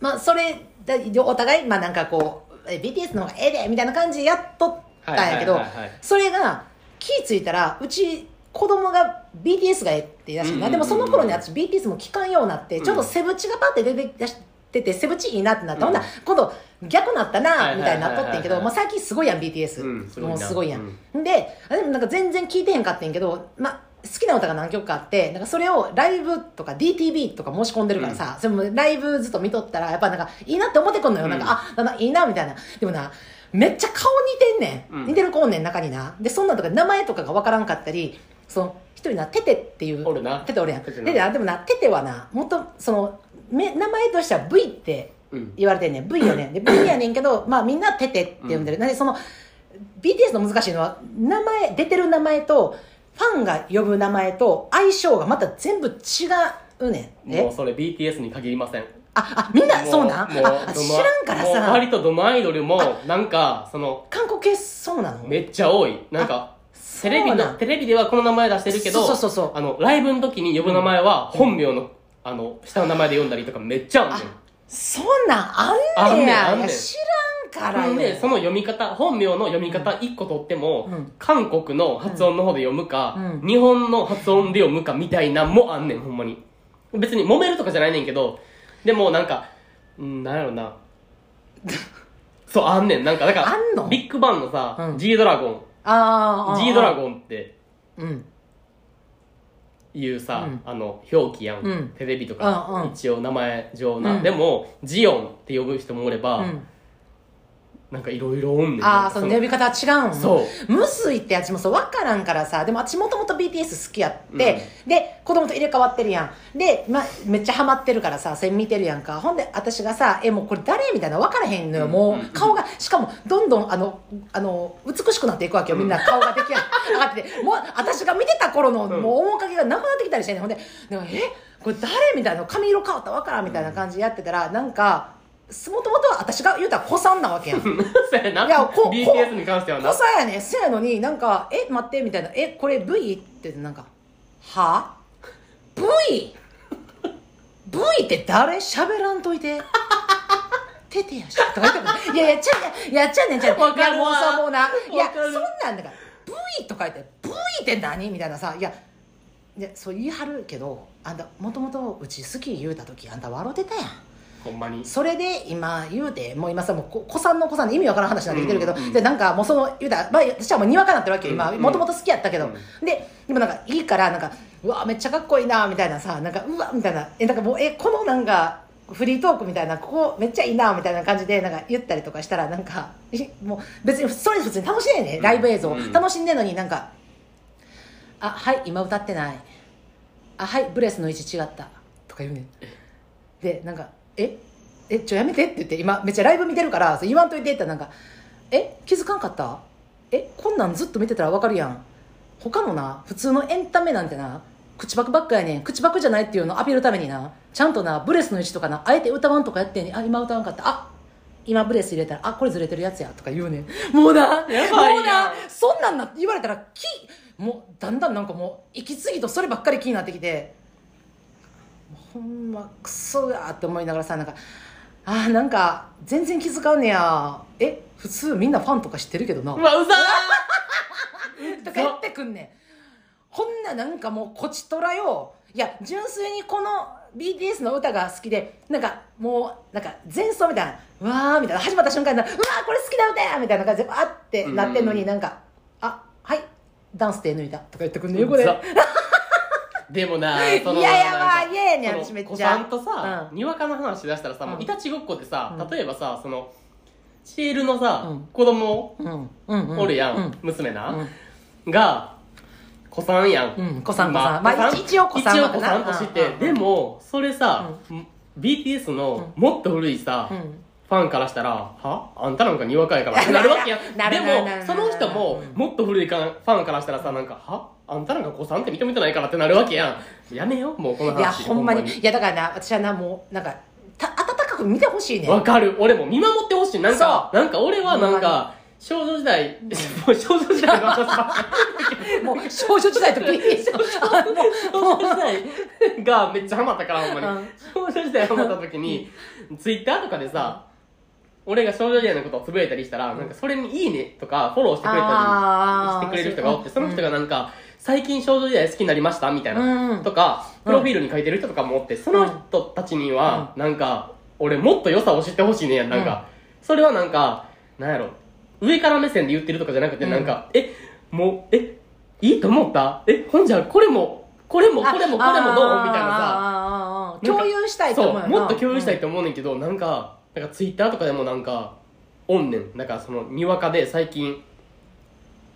Speaker 1: まあそれでお互いまあなんかこうえ BTS の方がええでみたいな感じでやっとったんやけど、
Speaker 2: はいはいはいはい
Speaker 1: それが気ぃついたらうち子供が BTS がええって言い出して
Speaker 2: うんうんうん
Speaker 1: な
Speaker 2: うん
Speaker 1: でもその頃に私 BTS も聞かんようになって、
Speaker 2: うん
Speaker 1: ちょっとセブチがパッて出て出しててセブチいいなってなった、
Speaker 2: うん
Speaker 1: ほんなら今度逆なった
Speaker 2: はいはいはいは
Speaker 1: ないみたいになっとってんけど、まあ、最近すごいやん BTS、
Speaker 2: うんすごいな
Speaker 1: もうすごいやん、であでもなんか全然聞いてへんかってんけど、まあ、好きな歌が何曲かあってなんかそれをライブとか DTV とか申し込んでるからさ、それもライブずっと見とったらやっぱなんかいいなって思ってくんのよ、
Speaker 2: うん
Speaker 1: なんかあなんかいいなみたいなでもなめっちゃ顔似てんねん、
Speaker 2: うん
Speaker 1: 似てる子おんねん中になでそんなんとか名前とかがわからんかったりその一人なテテっていう
Speaker 2: おるな
Speaker 1: テテおるやん
Speaker 2: テ
Speaker 1: テ
Speaker 2: テ
Speaker 1: テ
Speaker 2: な
Speaker 1: なでもなテテはなもっとそのめ名前としては V って
Speaker 2: うん
Speaker 1: 言われてんねん V よねんで V やねんけどまあみんなテテって呼んでる、なんでその BTS の難しいのは名前出てる名前とファンが呼ぶ名前と相性がまた全部違うねん
Speaker 2: も
Speaker 1: え
Speaker 2: うそれ BTS に限りません
Speaker 1: ああみんなそうなん
Speaker 2: もう
Speaker 1: ああ
Speaker 2: どの
Speaker 1: 知らんから
Speaker 2: もう
Speaker 1: さ
Speaker 2: 割とどのアイドルもなんかその
Speaker 1: 韓国系そうなの
Speaker 2: めっちゃ多いなんか
Speaker 1: そ
Speaker 2: テ
Speaker 1: うな
Speaker 2: レ
Speaker 1: ん
Speaker 2: ビのテレビではこの名前出してるけど
Speaker 1: そうそうそう
Speaker 2: あのライブの時に呼ぶ名前は本名のあの下の名前で呼んだりとかめっちゃあんねん
Speaker 1: そんなんあんねや
Speaker 2: あんねんあんねん
Speaker 1: いや知らんから
Speaker 2: ほ
Speaker 1: よ、
Speaker 2: んでその読み方本名の読み方1個取っても、
Speaker 1: うん
Speaker 2: 韓国の発音の方で読むか、
Speaker 1: うん
Speaker 2: 日本の発音で読むかみたいなんもあんねんほんまに別に揉めるとかじゃないねんけどでもなんかうんなんやろな そうあんねんなんかだから
Speaker 1: あんの
Speaker 2: ビッグバンのさ、
Speaker 1: うん
Speaker 2: G ドラゴ
Speaker 1: あ
Speaker 2: ン
Speaker 1: ーあ
Speaker 2: G ドラ
Speaker 1: ン
Speaker 2: ゴンって
Speaker 1: うん
Speaker 2: いうさ、
Speaker 1: うん
Speaker 2: あの表記やん、
Speaker 1: うん
Speaker 2: テレビとか、
Speaker 1: うんうん
Speaker 2: 一応名前上な、
Speaker 1: うん
Speaker 2: でもジオンって呼ぶ人もおれば、
Speaker 1: うん
Speaker 2: なんかいろいろおんねん
Speaker 1: あ
Speaker 2: なん
Speaker 1: あ
Speaker 2: か
Speaker 1: そ
Speaker 2: そ
Speaker 1: の
Speaker 2: の
Speaker 1: 呼び方は違うん
Speaker 2: そう
Speaker 1: むずいってやつもそう分からんからさでも私もともと BTS 好きやって、
Speaker 2: うん
Speaker 1: で子供と入れ替わってるやんで、ま、めっちゃハマってるからさそれ見てるやんかほんで私がさ「えもうこれ誰?」みたいな分からへんのよもう、
Speaker 2: うんうん
Speaker 1: 顔がしかもどんどんあのあの美しくなっていくわけよみん な顔が出来上がっててもう私が見てた頃の、
Speaker 2: うん
Speaker 1: もう面影がなくなってきたりしてんねんほんで「なんかえこれ誰?」みたいな髪色変わったわからんみたいな感じでやってたらなんかもともとは私が言うたら子さんなわけやん
Speaker 2: そうやな。
Speaker 1: いやこ
Speaker 2: BTS に関してはな
Speaker 1: 誤。差やねんせやのになんか「え待って」みたいな「えこれ V?」ってなんか「は ?V! V って誰喋らんといて。 ててやし。とか言ってもいやいや、ちゃうねん、いや、ちゃうねん、ちゃうねん。
Speaker 2: わかるわ
Speaker 1: いや、もうさ、もうな。いや、
Speaker 2: わか
Speaker 1: そ
Speaker 2: る
Speaker 1: んなんだから、V とか言って、V って何みたいなさ、いや、いやそう言い張るけど、あんた、もともとうち好き言うた時、あんた笑うてたやん。
Speaker 2: ほんまに
Speaker 1: それで今言うてもう今さもうこ子さんの子さんで意味わからん話になってきてるけど、
Speaker 2: うんうんうん
Speaker 1: でなんかもうその言うたら、まあ、私はもうにわかになってるわけよ
Speaker 2: う
Speaker 1: 今
Speaker 2: んうん
Speaker 1: もともと好きやったけど、
Speaker 2: うん
Speaker 1: ででもなんかいいからなんかうわめっちゃかっこいいなみたいなさなんかうわみたいなえなんかもうえこのなんかフリートークみたいなここめっちゃいいなみたいな感じでなんか言ったりとかしたらなんかいもう別にそれ普通に楽しいね
Speaker 2: うん
Speaker 1: ライブ映像、
Speaker 2: うん
Speaker 1: 楽しんでんのになんか「あはい今歌ってない」あ「はいブレスの位置違った」とか言うねんでなんか「ええちょやめて」って言って今めっちゃライブ見てるからそれ言わんといてってなんか「え気づかんかったえこんなんずっと見てたらわかるやん他のな普通のエンタメなんてな口パクばっかやねん口パクじゃないっていうのをアピールためになちゃんとなブレスの位置とかなあえて歌わんとかやってんねんあ今歌わんかったあ今ブレス入れたらあこれずれてるやつやとか言うねんもうな
Speaker 2: やばいな
Speaker 1: もうなそんなんな言われたらきもうだんだんなんかもう息継ぎとそればっかり気になってきてほんまクソやって思いながらさなんかあーなんか全然気づかんねやえ普通みんなファンとか知ってるけどな
Speaker 2: うわうざ
Speaker 1: とか言ってくんねんこんななんかもうこちとらよいや純粋にこの BTS の歌が好きでなんかもうなんか前奏みたいな「わー」みたいな始まった瞬間に「うわーこれ好きな歌や!」みたいな感じでわーってなってんの
Speaker 2: う
Speaker 1: に
Speaker 2: ん
Speaker 1: なんか「あはいダンス手抜いた」とか言ってくんねん
Speaker 2: ー
Speaker 1: 横で
Speaker 2: うざで もなその
Speaker 1: いやいやまあ
Speaker 2: なんか
Speaker 1: 嫌やねん私
Speaker 2: その
Speaker 1: めっちゃ
Speaker 2: 子さんとさ
Speaker 1: う
Speaker 2: にわかの話出したらさもううんいたちごっこでさ
Speaker 1: うん
Speaker 2: 例えばさそのシールのさ
Speaker 1: うん
Speaker 2: 子供
Speaker 1: うんうんうん
Speaker 2: おるや
Speaker 1: うんん
Speaker 2: 娘な
Speaker 1: うん
Speaker 2: が子さんやん
Speaker 1: うん子さん子さんまあ
Speaker 2: 子さ
Speaker 1: 一応子さん
Speaker 2: 一
Speaker 1: は
Speaker 2: 応子さんとして
Speaker 1: うんうん
Speaker 2: でもそれさ BTS のもっと古いさ
Speaker 1: うん
Speaker 2: ファンからしたら「はあんたなんかにわかやから」ってなるわけや
Speaker 1: な
Speaker 2: で
Speaker 1: るなるなる
Speaker 2: もその人も
Speaker 1: うん
Speaker 2: もっと古いかファンからしたらさなんか「はあんたなんか子さんって認めてないから」ってなるわけやんやめよもうこの話
Speaker 1: いやほんまにいやだからな私はなもうなんかた温かく見てほしいねん
Speaker 2: わかる俺も見守ってほしいなんかなんか俺は
Speaker 1: ほんまに
Speaker 2: なんか少女時代 もう少女時代の話ばっか
Speaker 1: もう少女時代と BTS
Speaker 2: り少女時代がめっちゃハマったからほんまに、
Speaker 1: うん
Speaker 2: 少女時代ハマった時にツイッターとかでさ俺が少女時代のことをつぶやいたりしたら、なんかそれに「いいね」とかフォローしてくれたりし
Speaker 1: あ
Speaker 2: て
Speaker 1: ー
Speaker 2: くれる人がおってその人が
Speaker 1: うん
Speaker 2: なんか「最近少女時代好きになりました」みたいな、
Speaker 1: うん
Speaker 2: とかプロフィールに書いてる人とかもおってその人たちにはなんか俺もっと良さを知ってほしいねやんなんか、それはなんかなんやろ上から目線で言ってるとかじゃなくて
Speaker 1: うん
Speaker 2: なんか、えもうえいいと思ったえほんじゃこれもこれもこれもこれもどうみたいなさ
Speaker 1: さ
Speaker 2: なんか
Speaker 1: 共有したいと
Speaker 2: そ
Speaker 1: 思
Speaker 2: う
Speaker 1: うよな
Speaker 2: もっと共有したいと思うねんけど、なんかなんかツイッターとかでもなんかおんねんなんかそのにわかで最近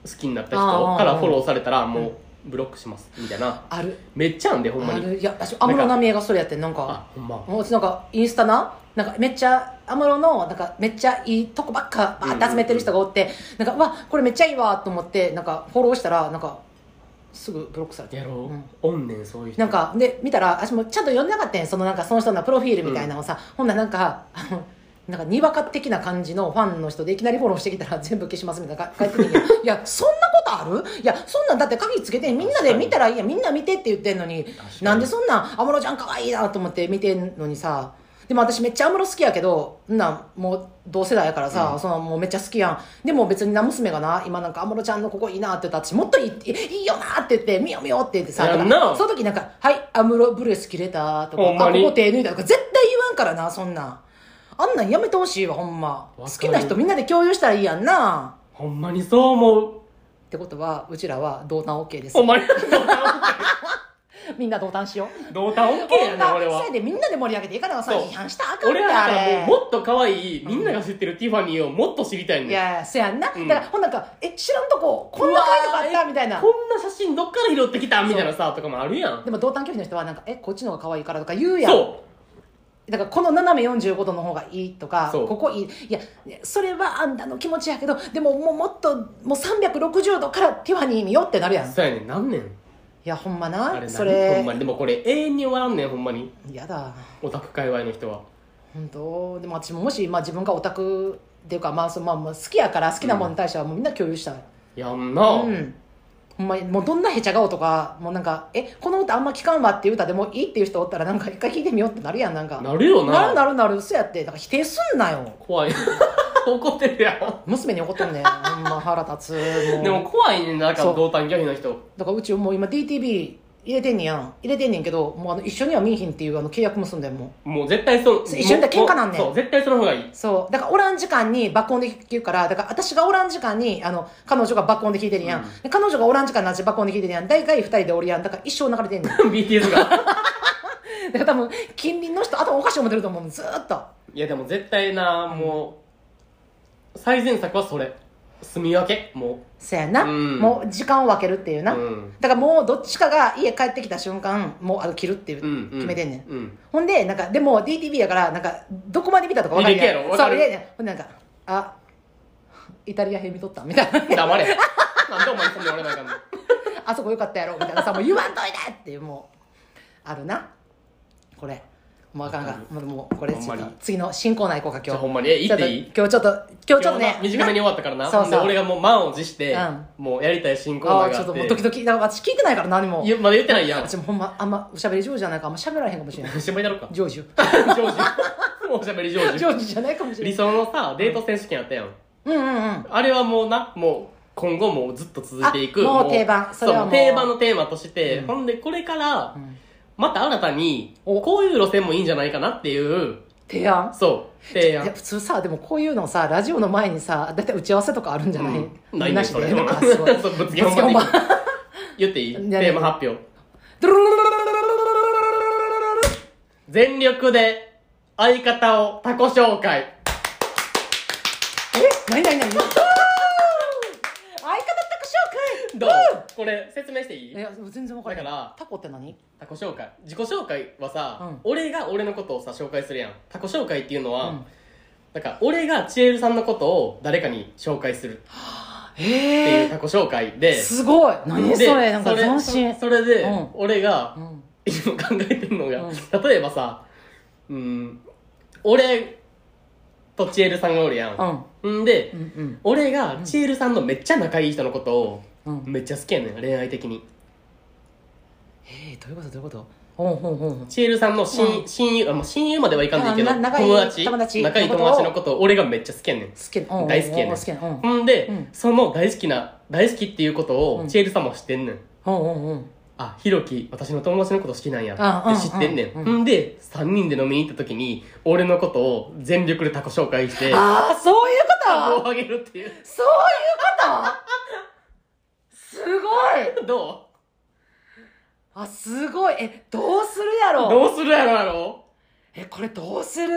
Speaker 2: 好きになった人からフォローされたらもうブロックしますみたいな
Speaker 1: ある
Speaker 2: めっちゃあんでほんま
Speaker 1: あ
Speaker 2: に
Speaker 1: るいや私安室奈美恵がそれやってんなんか
Speaker 2: あほんま
Speaker 1: もううちなんかインスタななんかめっちゃ安室のなんかめっちゃいいとこばっかバーって集めてる人がおって、なんかわこれめっちゃいいわと思ってなんかフォローしたらなんかすぐブロックされて
Speaker 2: やろ
Speaker 1: うん
Speaker 2: う、おんねんそういう人
Speaker 1: なんかで見たら私もちゃんと読んでなかったんやそのなんかその人のプロフィールみたいなのをさ、ほんならなんかあのなんかにわか的な感じのファンの人でいきなりフォローしてきたら全部消しますみたいな書いてきてんやいやそんなことあるいやそんなんだって鍵つけてみんなで見たらいいやみんな見てって言ってんのに
Speaker 2: かに
Speaker 1: なんでそんなん安室ちゃん可愛いなと思って見てんのにさでも私めっちゃ安室好きやけどんなんもう同世代やからさ、
Speaker 2: うん
Speaker 1: そのもうめっちゃ好きやんでも別にな娘がな今なんか安室ちゃんのここいいなって言ったら私もっといいっていいよなって言って見よう見ようって言ってさ
Speaker 2: やん
Speaker 1: だ
Speaker 2: な
Speaker 1: からその時なんか「はいアムロブレス切れた」とか
Speaker 2: ほんま
Speaker 1: あ
Speaker 2: に
Speaker 1: ここ手抜いた」とか絶対言わんからなそんなんあんなんやめてほしいわほんま好
Speaker 2: わかる
Speaker 1: きな人みんなで共有したらいいやんな
Speaker 2: ほんまにそう思う
Speaker 1: ってことはうちらは同担 OK です
Speaker 2: ほん まに
Speaker 1: みんな同担しよう
Speaker 2: 同担 OK やな俺は
Speaker 1: せいでみんなで盛り上げていかなさ
Speaker 2: そう
Speaker 1: 批判したらあかんっ
Speaker 2: 俺
Speaker 1: て
Speaker 2: は
Speaker 1: あ
Speaker 2: だからも
Speaker 1: れ
Speaker 2: うもっと可愛いみんなが知ってるティファニーをもっと知りた
Speaker 1: い
Speaker 2: いねん
Speaker 1: やそやんな、
Speaker 2: うん
Speaker 1: だからほんなんかえ知らんとここんな可愛いとこあったみたいな
Speaker 2: こんな写真どっから拾ってきたみたいなさとかもあるやん
Speaker 1: でも同担拒否の人はなんかえこっちの方が可愛いからとか言うやん
Speaker 2: そう
Speaker 1: だからこの斜め45度の方がいいとか
Speaker 2: そう
Speaker 1: ここいいいやそれはあんたの気持ちやけどでももうもっともう360度からティファニー見よってなるやんい
Speaker 2: そうやねん何年
Speaker 1: やほんま
Speaker 2: あれ
Speaker 1: な
Speaker 2: 何
Speaker 1: そ
Speaker 2: ほん
Speaker 1: れ
Speaker 2: まにでもこれ永遠に終わらんねんほんまに
Speaker 1: やだ
Speaker 2: オタク界隈の人は
Speaker 1: 本当でも私ももし、まあ、自分がオタクっていうか、まあそのまあ、まあ好きやから好きなものに対してはもうみんな共有したい、
Speaker 2: やんな、
Speaker 1: うん、ほんまにもうどんなへちゃ顔とかもうなんか「えこの歌あんま聞かんわ」っていう歌でもいいっていう人おったらなんか一回聞いてみようってなるやんなんか
Speaker 2: なるよな
Speaker 1: なるなるなる嘘やってだから否定すんなよ
Speaker 2: 怖い 怒ってるやん
Speaker 1: 娘に怒っとんね んほんま腹立つもう
Speaker 2: でも怖いねんななんか
Speaker 1: そう
Speaker 2: 同担拒否の人
Speaker 1: だからうちもう今 DTV 入れてんねやん入れてんねんけどもうあの一緒には見えひんっていうあの契約結んでんもん
Speaker 2: もう絶対その
Speaker 1: そう一緒にいたら喧嘩なんねん
Speaker 2: もうそう絶対その方がいい
Speaker 1: そうだからおらん時間に爆音で聴くからだから私がおらん時間にあの彼女が爆音で聴いてるやん、
Speaker 2: うん
Speaker 1: で彼女がおらん時間に私爆音で聴いてるやん大概二人でおるやんだから一生流れて んねん
Speaker 2: BTS が
Speaker 1: だから多分近隣の人頭おかしい思ってると思うのずーっと
Speaker 2: いやでも絶対なもう最善策はそれ住み分けも
Speaker 1: そやな、
Speaker 2: うん
Speaker 1: もう時間を分けるっていう
Speaker 2: う
Speaker 1: な、
Speaker 2: うん
Speaker 1: だからもうどっちかが家帰ってきた瞬間もうあの切るっていう、
Speaker 2: うん
Speaker 1: 決めてんねん
Speaker 2: うん
Speaker 1: ほんで、なんか、でも DTV やから、なんか、どこまで見たとかわかんない。
Speaker 2: 履歴やろわか
Speaker 1: そ
Speaker 2: る
Speaker 1: う、履歴ほんでなんか、あ、イタリア編見とったみたいな。
Speaker 2: 黙れ なんでお前そんな言われないかんの
Speaker 1: あそこよかったやろみたいなさ、もう言わんといてっていう、もう、あるな。これ。もうあかんが
Speaker 2: わか、
Speaker 1: もう、もうこれ、
Speaker 2: ほん
Speaker 1: ちょ
Speaker 2: ま
Speaker 1: っ
Speaker 2: に
Speaker 1: と次の新コーナー行こうか、
Speaker 2: じゃ
Speaker 1: 今
Speaker 2: あほん
Speaker 1: 日。
Speaker 2: まにえ
Speaker 1: ち
Speaker 2: 言
Speaker 1: ょっ
Speaker 2: っ
Speaker 1: と
Speaker 2: て
Speaker 1: 今
Speaker 2: いい
Speaker 1: 日ちょっと、今日ちょっとね
Speaker 2: 今日な、短めに終わったからな
Speaker 1: そうそう
Speaker 2: ほんで俺がもう満を持して、
Speaker 1: うん
Speaker 2: もうやりたい新コー
Speaker 1: あ
Speaker 2: ナ
Speaker 1: あ
Speaker 2: ー
Speaker 1: ー、
Speaker 2: が
Speaker 1: ちょ
Speaker 2: あ
Speaker 1: っ
Speaker 2: っ
Speaker 1: と
Speaker 2: て
Speaker 1: もう時々、だから私聞いてないから何も
Speaker 2: い。やまだ言ってないや ん
Speaker 1: 私もほんま、あんまおしゃべり上手じゃないから、あんま喋らへんかもし れない。
Speaker 2: しゃべりだろうか
Speaker 1: 上手。
Speaker 2: 上手もうおしゃべり上手
Speaker 1: 上手じゃないかもしれ
Speaker 2: 理
Speaker 1: ない。
Speaker 2: 想のさデート選手権やったやん
Speaker 1: うんうんうん。
Speaker 2: あれはもうなもう今後もずっと続いていく
Speaker 1: あもう定番それはもう
Speaker 2: う定番のテーマとして、ほんでこれから
Speaker 1: ん
Speaker 2: また新たに
Speaker 1: お
Speaker 2: こういう路線もいいんじゃないかなっていう
Speaker 1: 提案
Speaker 2: そう提
Speaker 1: いや
Speaker 2: 案
Speaker 1: 普通さでもこういうのさラジオの前にさ大体打ち合わせとかあるんじゃない、
Speaker 2: うんないね
Speaker 1: し
Speaker 2: そ
Speaker 1: で
Speaker 2: れ
Speaker 1: なんかすごい
Speaker 2: そうぶつけ
Speaker 1: ぶつけ
Speaker 2: 本
Speaker 1: 本
Speaker 2: 番
Speaker 1: 番
Speaker 2: で言っていいテ
Speaker 1: いやいや
Speaker 2: ーマ発表
Speaker 1: ドゥルルルルルルルルルルルルルルル
Speaker 2: 全力で相方を他己紹介
Speaker 1: え何何何相方特
Speaker 2: どう
Speaker 1: 紹介
Speaker 2: これ説明していい
Speaker 1: え全然わからない
Speaker 2: だから
Speaker 1: タコって何
Speaker 2: 他己紹介自己紹介はさ、
Speaker 1: うん
Speaker 2: 俺が俺のことをさ紹介するやん他己紹介っていうのは、
Speaker 1: うん
Speaker 2: なんか俺がチエルさんのことを誰かに紹介するっていう
Speaker 1: え
Speaker 2: 他己紹介で、
Speaker 1: ー、すごい何
Speaker 2: で
Speaker 1: それなんか斬
Speaker 2: そ
Speaker 1: 新
Speaker 2: それで、
Speaker 1: うん
Speaker 2: 俺が
Speaker 1: うん
Speaker 2: 今考えてるのが、
Speaker 1: う
Speaker 2: 例えばさうん俺とチエルさんがおるや、
Speaker 1: うんん
Speaker 2: んで、
Speaker 1: うんうん
Speaker 2: 俺がチエルさんのめっちゃ仲いい人のことを
Speaker 1: うん
Speaker 2: めっちゃ好きやねん恋愛的に
Speaker 1: えー、どういうことどういうことほんほんほんほん
Speaker 2: チエルさんの親,、
Speaker 1: う
Speaker 2: 親友あもう親友まではいかんでいいけど
Speaker 1: あな仲いい
Speaker 2: 友達
Speaker 1: 友達
Speaker 2: 仲いい友達のことを俺がめっちゃ好きやねん
Speaker 1: 好きうんうん
Speaker 2: 大好きやねん
Speaker 1: うん好きやねんうん
Speaker 2: ほんで、
Speaker 1: うん
Speaker 2: その大好きな大好きっていうこと
Speaker 1: う
Speaker 2: を
Speaker 1: ん
Speaker 2: チエルさんも知ってんねん、
Speaker 1: うんうんうん
Speaker 2: あひろき私の友達のこと好きなんや
Speaker 1: あ
Speaker 2: って知ってんね
Speaker 1: う
Speaker 2: ん、
Speaker 1: んうん
Speaker 2: ほんで3人で飲みに行った時に俺のことを全力で他己紹介して
Speaker 1: ああそういうこと
Speaker 2: をあげるっていう
Speaker 1: そういうことすごい
Speaker 2: ど
Speaker 1: あ、すごい。え、どうするや
Speaker 2: う
Speaker 1: ろう
Speaker 2: どうするやろやろ
Speaker 1: え、これどうする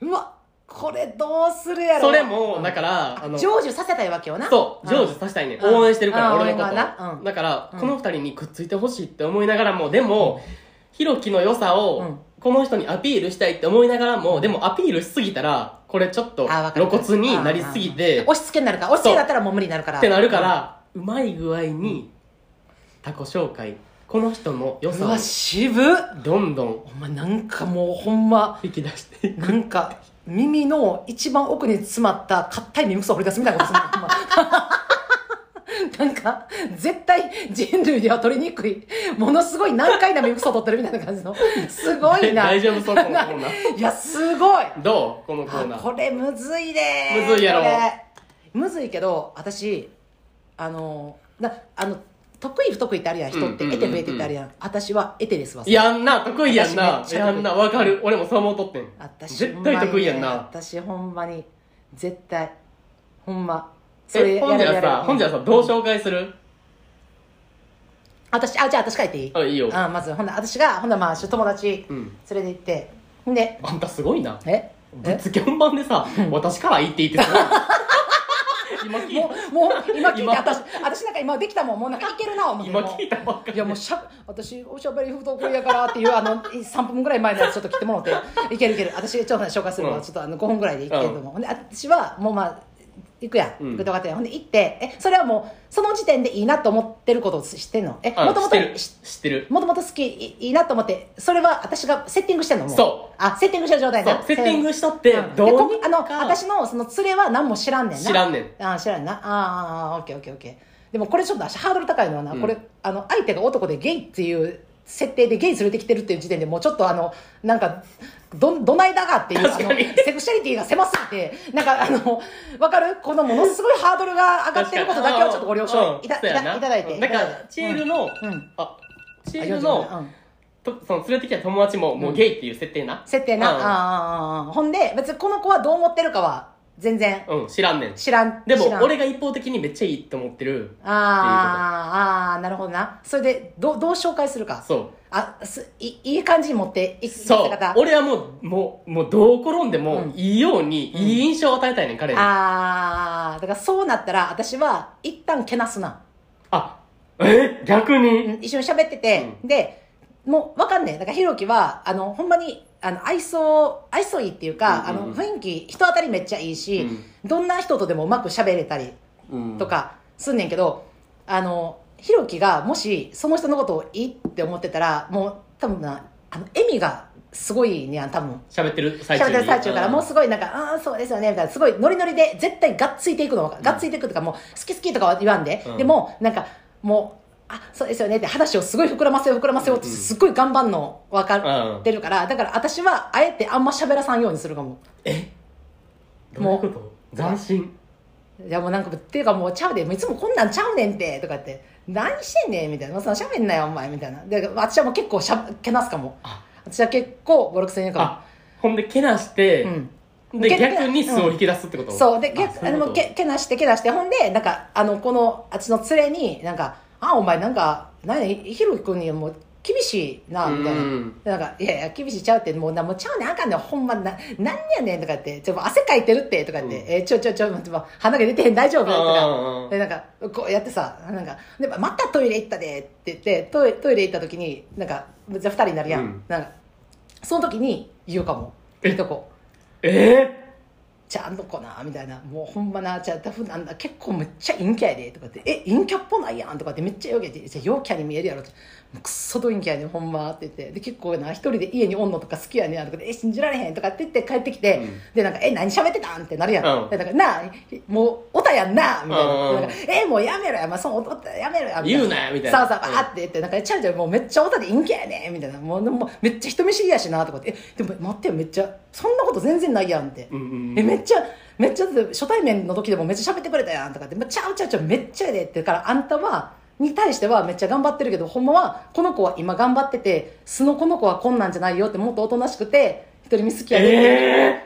Speaker 1: うわ、これどうするやろ
Speaker 2: それもだ
Speaker 1: か
Speaker 2: からあの
Speaker 1: 成就させたいわけよな。
Speaker 2: そう、
Speaker 1: ん
Speaker 2: 成就させたいね。
Speaker 1: うん
Speaker 2: 応援してるから、
Speaker 1: うん
Speaker 2: 俺のこと
Speaker 1: 応援がなうん
Speaker 2: だから、
Speaker 1: うん
Speaker 2: この二人にくっついてほしいって思いながらも、でも、ひろきの良さ
Speaker 1: う
Speaker 2: を
Speaker 1: ん、
Speaker 2: この人にアピールしたいって思いながらも、でもアピールしすぎたら、これちょっと
Speaker 1: あわか
Speaker 2: 露
Speaker 1: る
Speaker 2: 骨になりすぎて、
Speaker 1: 押し付けになるから。押し付けだったらもう無理になるから。
Speaker 2: ってなるか。ら、うまい具合に、他己紹介、この人の良
Speaker 1: う
Speaker 2: さ
Speaker 1: わ、
Speaker 2: を、
Speaker 1: 渋っ
Speaker 2: どんどん
Speaker 1: お前なんかもうほんま、
Speaker 2: 引き出していく。
Speaker 1: なんか、耳の一番奥に詰まった硬い耳くそ掘り出すみたいなことする なんか、絶対人類では取りにくい、ものすごい難解な耳くそを取ってるみたいな感じの。すごいな。
Speaker 2: 大
Speaker 1: い
Speaker 2: 丈夫そう、このコー ナー。
Speaker 1: や、すごい。
Speaker 2: どうこのコーナ
Speaker 1: あ
Speaker 2: ー。
Speaker 1: これむずいで
Speaker 2: むずいやろ
Speaker 1: これむずいけど私あのなあの得意不得意ってあるやん人って、
Speaker 2: うんうんうんうん
Speaker 1: 得て増えてってあるやん私は得てですわ
Speaker 2: やんな、得意やんな。
Speaker 1: 私めっちゃ
Speaker 2: や
Speaker 1: 得意
Speaker 2: んな、わかる。俺もそう思うとってん。
Speaker 1: 私
Speaker 2: 絶対得意やんな。
Speaker 1: 私ほんまに絶対ほんま
Speaker 2: え、ほんじゃさ、ほんじゃ
Speaker 1: うん
Speaker 2: さ、どう紹介する
Speaker 1: 私あじゃあ私書いていい
Speaker 2: あ、いいよ。
Speaker 1: あまずほんなら私がほんならまあ友達
Speaker 2: うん。
Speaker 1: 連れて行ってんで
Speaker 2: あんたすごいな。
Speaker 1: え
Speaker 2: ぶっ
Speaker 1: え
Speaker 2: つけ本番でさ、私から言っていいってすごい。 今聞い
Speaker 1: もうもう今聞い
Speaker 2: 今。
Speaker 1: て私私なんか今できたもんもうなんかいけるな思ったて
Speaker 2: 今
Speaker 1: もう
Speaker 2: 聞いたばっか
Speaker 1: いやもうしゃ私おしゃべり不得意やからっていうあの3分ぐらい前のやつちょっと切ってもらっていけるいける私ちょっと紹介するの
Speaker 2: うん
Speaker 1: はちょっとあの5分ぐらいでいいけれども、ほんで私はもうまあ行くやん、
Speaker 2: うん
Speaker 1: 行くとかってほんで行ってえそれはもうその時点でいいなと思ってることを知ってんのえ
Speaker 2: あ
Speaker 1: もと
Speaker 2: 知
Speaker 1: も
Speaker 2: っ
Speaker 1: と
Speaker 2: てる。知ってる。
Speaker 1: もともと好きいいいなと思ってそれは私がセッティングしてんのも
Speaker 2: そう
Speaker 1: あセッティングしてる状態
Speaker 2: そ
Speaker 1: な
Speaker 2: う、セッティングしとって
Speaker 1: うん、で
Speaker 2: どう
Speaker 1: こ
Speaker 2: に
Speaker 1: あの
Speaker 2: か
Speaker 1: 私のその連れは何も知らんねんな
Speaker 2: 知らんねん。
Speaker 1: あー知らんなあーあーあーオッケーオッケーオッケーでもこれちょっと私ハードル高いのはな、
Speaker 2: うん
Speaker 1: これあの相手が男でゲイっていう設定でゲイ連れてきてるっていう時点でもうちょっとあのなんかどどないだがっていうあ
Speaker 2: 確
Speaker 1: の
Speaker 2: かに
Speaker 1: セクシャリティが狭すぎてなんかあのわかるこのものすごいハードルが上がってることだけはちょっとご了承いた,、
Speaker 2: うん
Speaker 1: いたいただいて
Speaker 2: うんだからチールの、
Speaker 1: うんうん
Speaker 2: あチ
Speaker 1: あ
Speaker 2: ー
Speaker 1: りが
Speaker 2: ル
Speaker 1: とうございま
Speaker 2: の
Speaker 1: す、うん
Speaker 2: とその連れてきた友達ももうゲイっていう設定な、
Speaker 1: 設定な、
Speaker 2: うん
Speaker 1: ああほんで別にこの子はどう思ってるかは全然
Speaker 2: うん知らんねん
Speaker 1: 知らん
Speaker 2: でも
Speaker 1: 知らん
Speaker 2: 俺が一方的にめっちゃいいと思ってる
Speaker 1: あーあーなるほどなそれでどうどう紹介するか
Speaker 2: そ
Speaker 1: あすいいい感じに持っていう
Speaker 2: そう
Speaker 1: 方
Speaker 2: 俺はもうもうもうどう転んでも
Speaker 1: うん
Speaker 2: いいように、
Speaker 1: うん
Speaker 2: いい印象を与えたいねん彼にあ
Speaker 1: ああだからそうなったら私は一旦けなすな、
Speaker 2: え逆
Speaker 1: う
Speaker 2: に
Speaker 1: ん、一緒に喋ってて、でもうわかんねえだからひろきはあのほんまにあの愛想愛想いいっていうか、
Speaker 2: うんうんうん
Speaker 1: あの雰囲気人当たりめっちゃいいし、どんな人とでもうまく喋れたり
Speaker 2: うん
Speaker 1: とかすんねんけど、あのひろきがもしその人のことをいいって思ってたらもう多分なあの笑みがすごいねん多分
Speaker 2: 喋ってる最
Speaker 1: 喋
Speaker 2: 中
Speaker 1: っ
Speaker 2: に
Speaker 1: てる最中から
Speaker 2: ん
Speaker 1: もうすごいなんか「ああーそうですよね」みたいなすごいノリノリで絶対がっついていくのががっついていくとかもう好き好きとかは言わんで、
Speaker 2: うん
Speaker 1: でもなんかもう「あそうですよね」って話をすごい膨らませよう膨らませようって
Speaker 2: うんうん
Speaker 1: すっごい頑張んの分
Speaker 2: う
Speaker 1: か
Speaker 2: ん
Speaker 1: ってるからだから私はあえてあんま喋らさんようにするかも
Speaker 2: えどうい
Speaker 1: も
Speaker 2: う
Speaker 1: う
Speaker 2: こと斬新
Speaker 1: いやもうなんかっていうかもうちゃうでいつもこんなんちゃうねんってとかって何してんねんみたいなそのしゃべんなよお前みたいなで私はもう結構しゃけなすかも
Speaker 2: あ
Speaker 1: 私は結構56000円か
Speaker 2: あほんでけなして、
Speaker 1: もうん
Speaker 2: で
Speaker 1: け
Speaker 2: 逆に素を引き出すってこと、
Speaker 1: そうで
Speaker 2: あ
Speaker 1: 逆
Speaker 2: い
Speaker 1: あ
Speaker 2: うこ
Speaker 1: の
Speaker 2: と
Speaker 1: けけなしてけなしてほんでなんかあのこのあっちの連れになんか「あお前なんか何ひろき君にもう厳しいな」みたいな。
Speaker 2: うん
Speaker 1: なんか、いやいや、厳しいちゃうって、もうな、もうちゃうねん、あかんねん、ほんま、な、なんやねんとかって、ちょ、もう汗かいてるって、とかって、
Speaker 2: うん
Speaker 1: えちょ、ちょ、ちょ、待ってもう鼻毛出てへん、大丈夫とか、
Speaker 2: あー
Speaker 1: でなんかこうやってさなんかでまたトイレ行ったでって言ってトイトイレ行った時になんかじゃあ2人になるやん,、
Speaker 2: うん
Speaker 1: なんかその時に言うかも
Speaker 2: え
Speaker 1: いいとこ
Speaker 2: え
Speaker 1: ちゃんとこなみたいなもうほんまなじゃあ普段な結構めっちゃ陰キャやでとかってえ陰キャっぽないやんとかってめっちゃ陽キャでじゃあ陽キャに見えるやろってもうくっそど陰キャやねんほんまって言ってで結構な一人で家におんのとか好きやねんとかでえ信じられへんとかって言って帰ってきて、
Speaker 2: うん
Speaker 1: でなんかえ何喋ってたんってなるやん、
Speaker 2: うん
Speaker 1: でなんかなあもうおたやんなみたいな,、
Speaker 2: うん
Speaker 1: なんかえもうやめろや、まあ、そのおたやめろやみたい
Speaker 2: 言うなよみたいな
Speaker 1: さあさあ
Speaker 2: うん
Speaker 1: バーって言ってなんかちゃうちゃうもうめっちゃおたで陰キャやねんみたいなもうでもめっちゃ人見知りやしなとかってえでも待ってよめっちゃそんなこと全然ないやんって
Speaker 2: ー、うんうんうん
Speaker 1: えめっちゃめっちゃ初対面の時でもめっちゃ喋ってくれたやんとかって「まちゃうちゃうちゃうめっちゃやで」ってだからあんたはに対してはめっちゃ頑張ってるけどほんまはこの子は今頑張ってて素のこの子はこんなんじゃないよってもっとおとなしくて独り身好きやでって
Speaker 2: え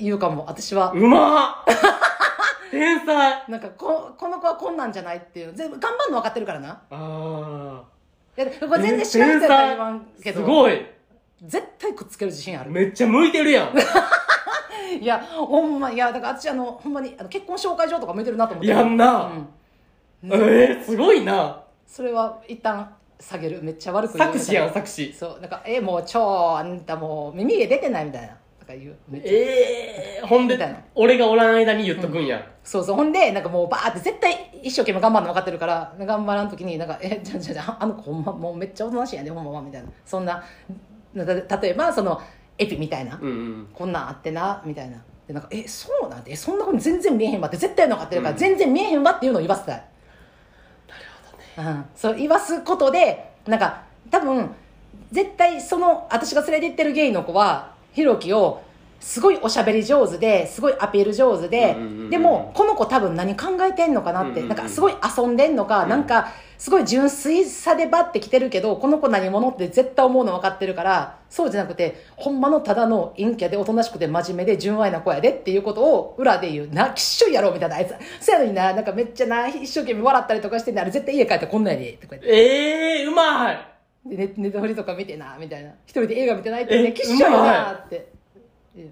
Speaker 1: 言うかも私は
Speaker 2: ー、うまっ天才
Speaker 1: なんかここの子はこんなんじゃないっていう全部頑張るの分かってるからな
Speaker 2: あ
Speaker 1: いやこれ全然知らん人やったら言わん
Speaker 2: ー
Speaker 1: け
Speaker 2: す
Speaker 1: ど
Speaker 2: ごい
Speaker 1: 絶対くっつける自信ある
Speaker 2: めっちゃ向いてるやん
Speaker 1: いやほんまいやだから私あのほんまにあの結婚紹介状とか向いてるなと思って
Speaker 2: やん
Speaker 1: う
Speaker 2: な、
Speaker 1: ん
Speaker 2: えー、すごいな
Speaker 1: それは一旦下げるめっちゃ悪く言う
Speaker 2: 作詞やん作詞
Speaker 1: そうなんか「えもう超あんたもう耳毛出てない」みたいなとか言うめっちゃ
Speaker 2: えー、ほんで
Speaker 1: みたいな
Speaker 2: 俺がおらん間に言っとくんや、
Speaker 1: そうそうほんでなんかもうバーって絶対一生懸命頑張るの分かってるから頑張らん時になんか「えじゃあじゃあじゃああの子ほんまもうめっちゃおとなしいやねほんまは」みたいなそんななた例えばそのエピみたいな、
Speaker 2: うんうん
Speaker 1: こんなんあってなみたいなでなんか「えそうなんてえそんなこと全然見えへんわ」って絶対分かってるから、
Speaker 2: うん
Speaker 1: 全然見えへんわっていうのを言わせたいうん、そう言わすことでなんか多分絶対その私が連れて行ってるゲイの子はひろきをすごいおしゃべり上手ですごいアピール上手で、
Speaker 2: うんうんうんうん
Speaker 1: でもこの子多分何考えてんのかなって、
Speaker 2: うんうんうん
Speaker 1: なんかすごい遊んでんのか、
Speaker 2: うん
Speaker 1: なんかすごい純粋さでバッてきてるけどこの子何者って絶対思うの分かってるからそうじゃなくてほんまのただの陰キャでおとなしくて真面目で純愛な子やでっていうことを裏で言うなきっしょいやろみたいなあいつそやのにななんかめっちゃな一生懸命笑ったりとかしてんのあれ絶対家帰ってこんなんやでとか言って。
Speaker 2: えー、うまい
Speaker 1: でネネットフリとか見てなみたいな一人で映画見てないってね
Speaker 2: え
Speaker 1: きっしょいな
Speaker 2: うまい
Speaker 1: ってうん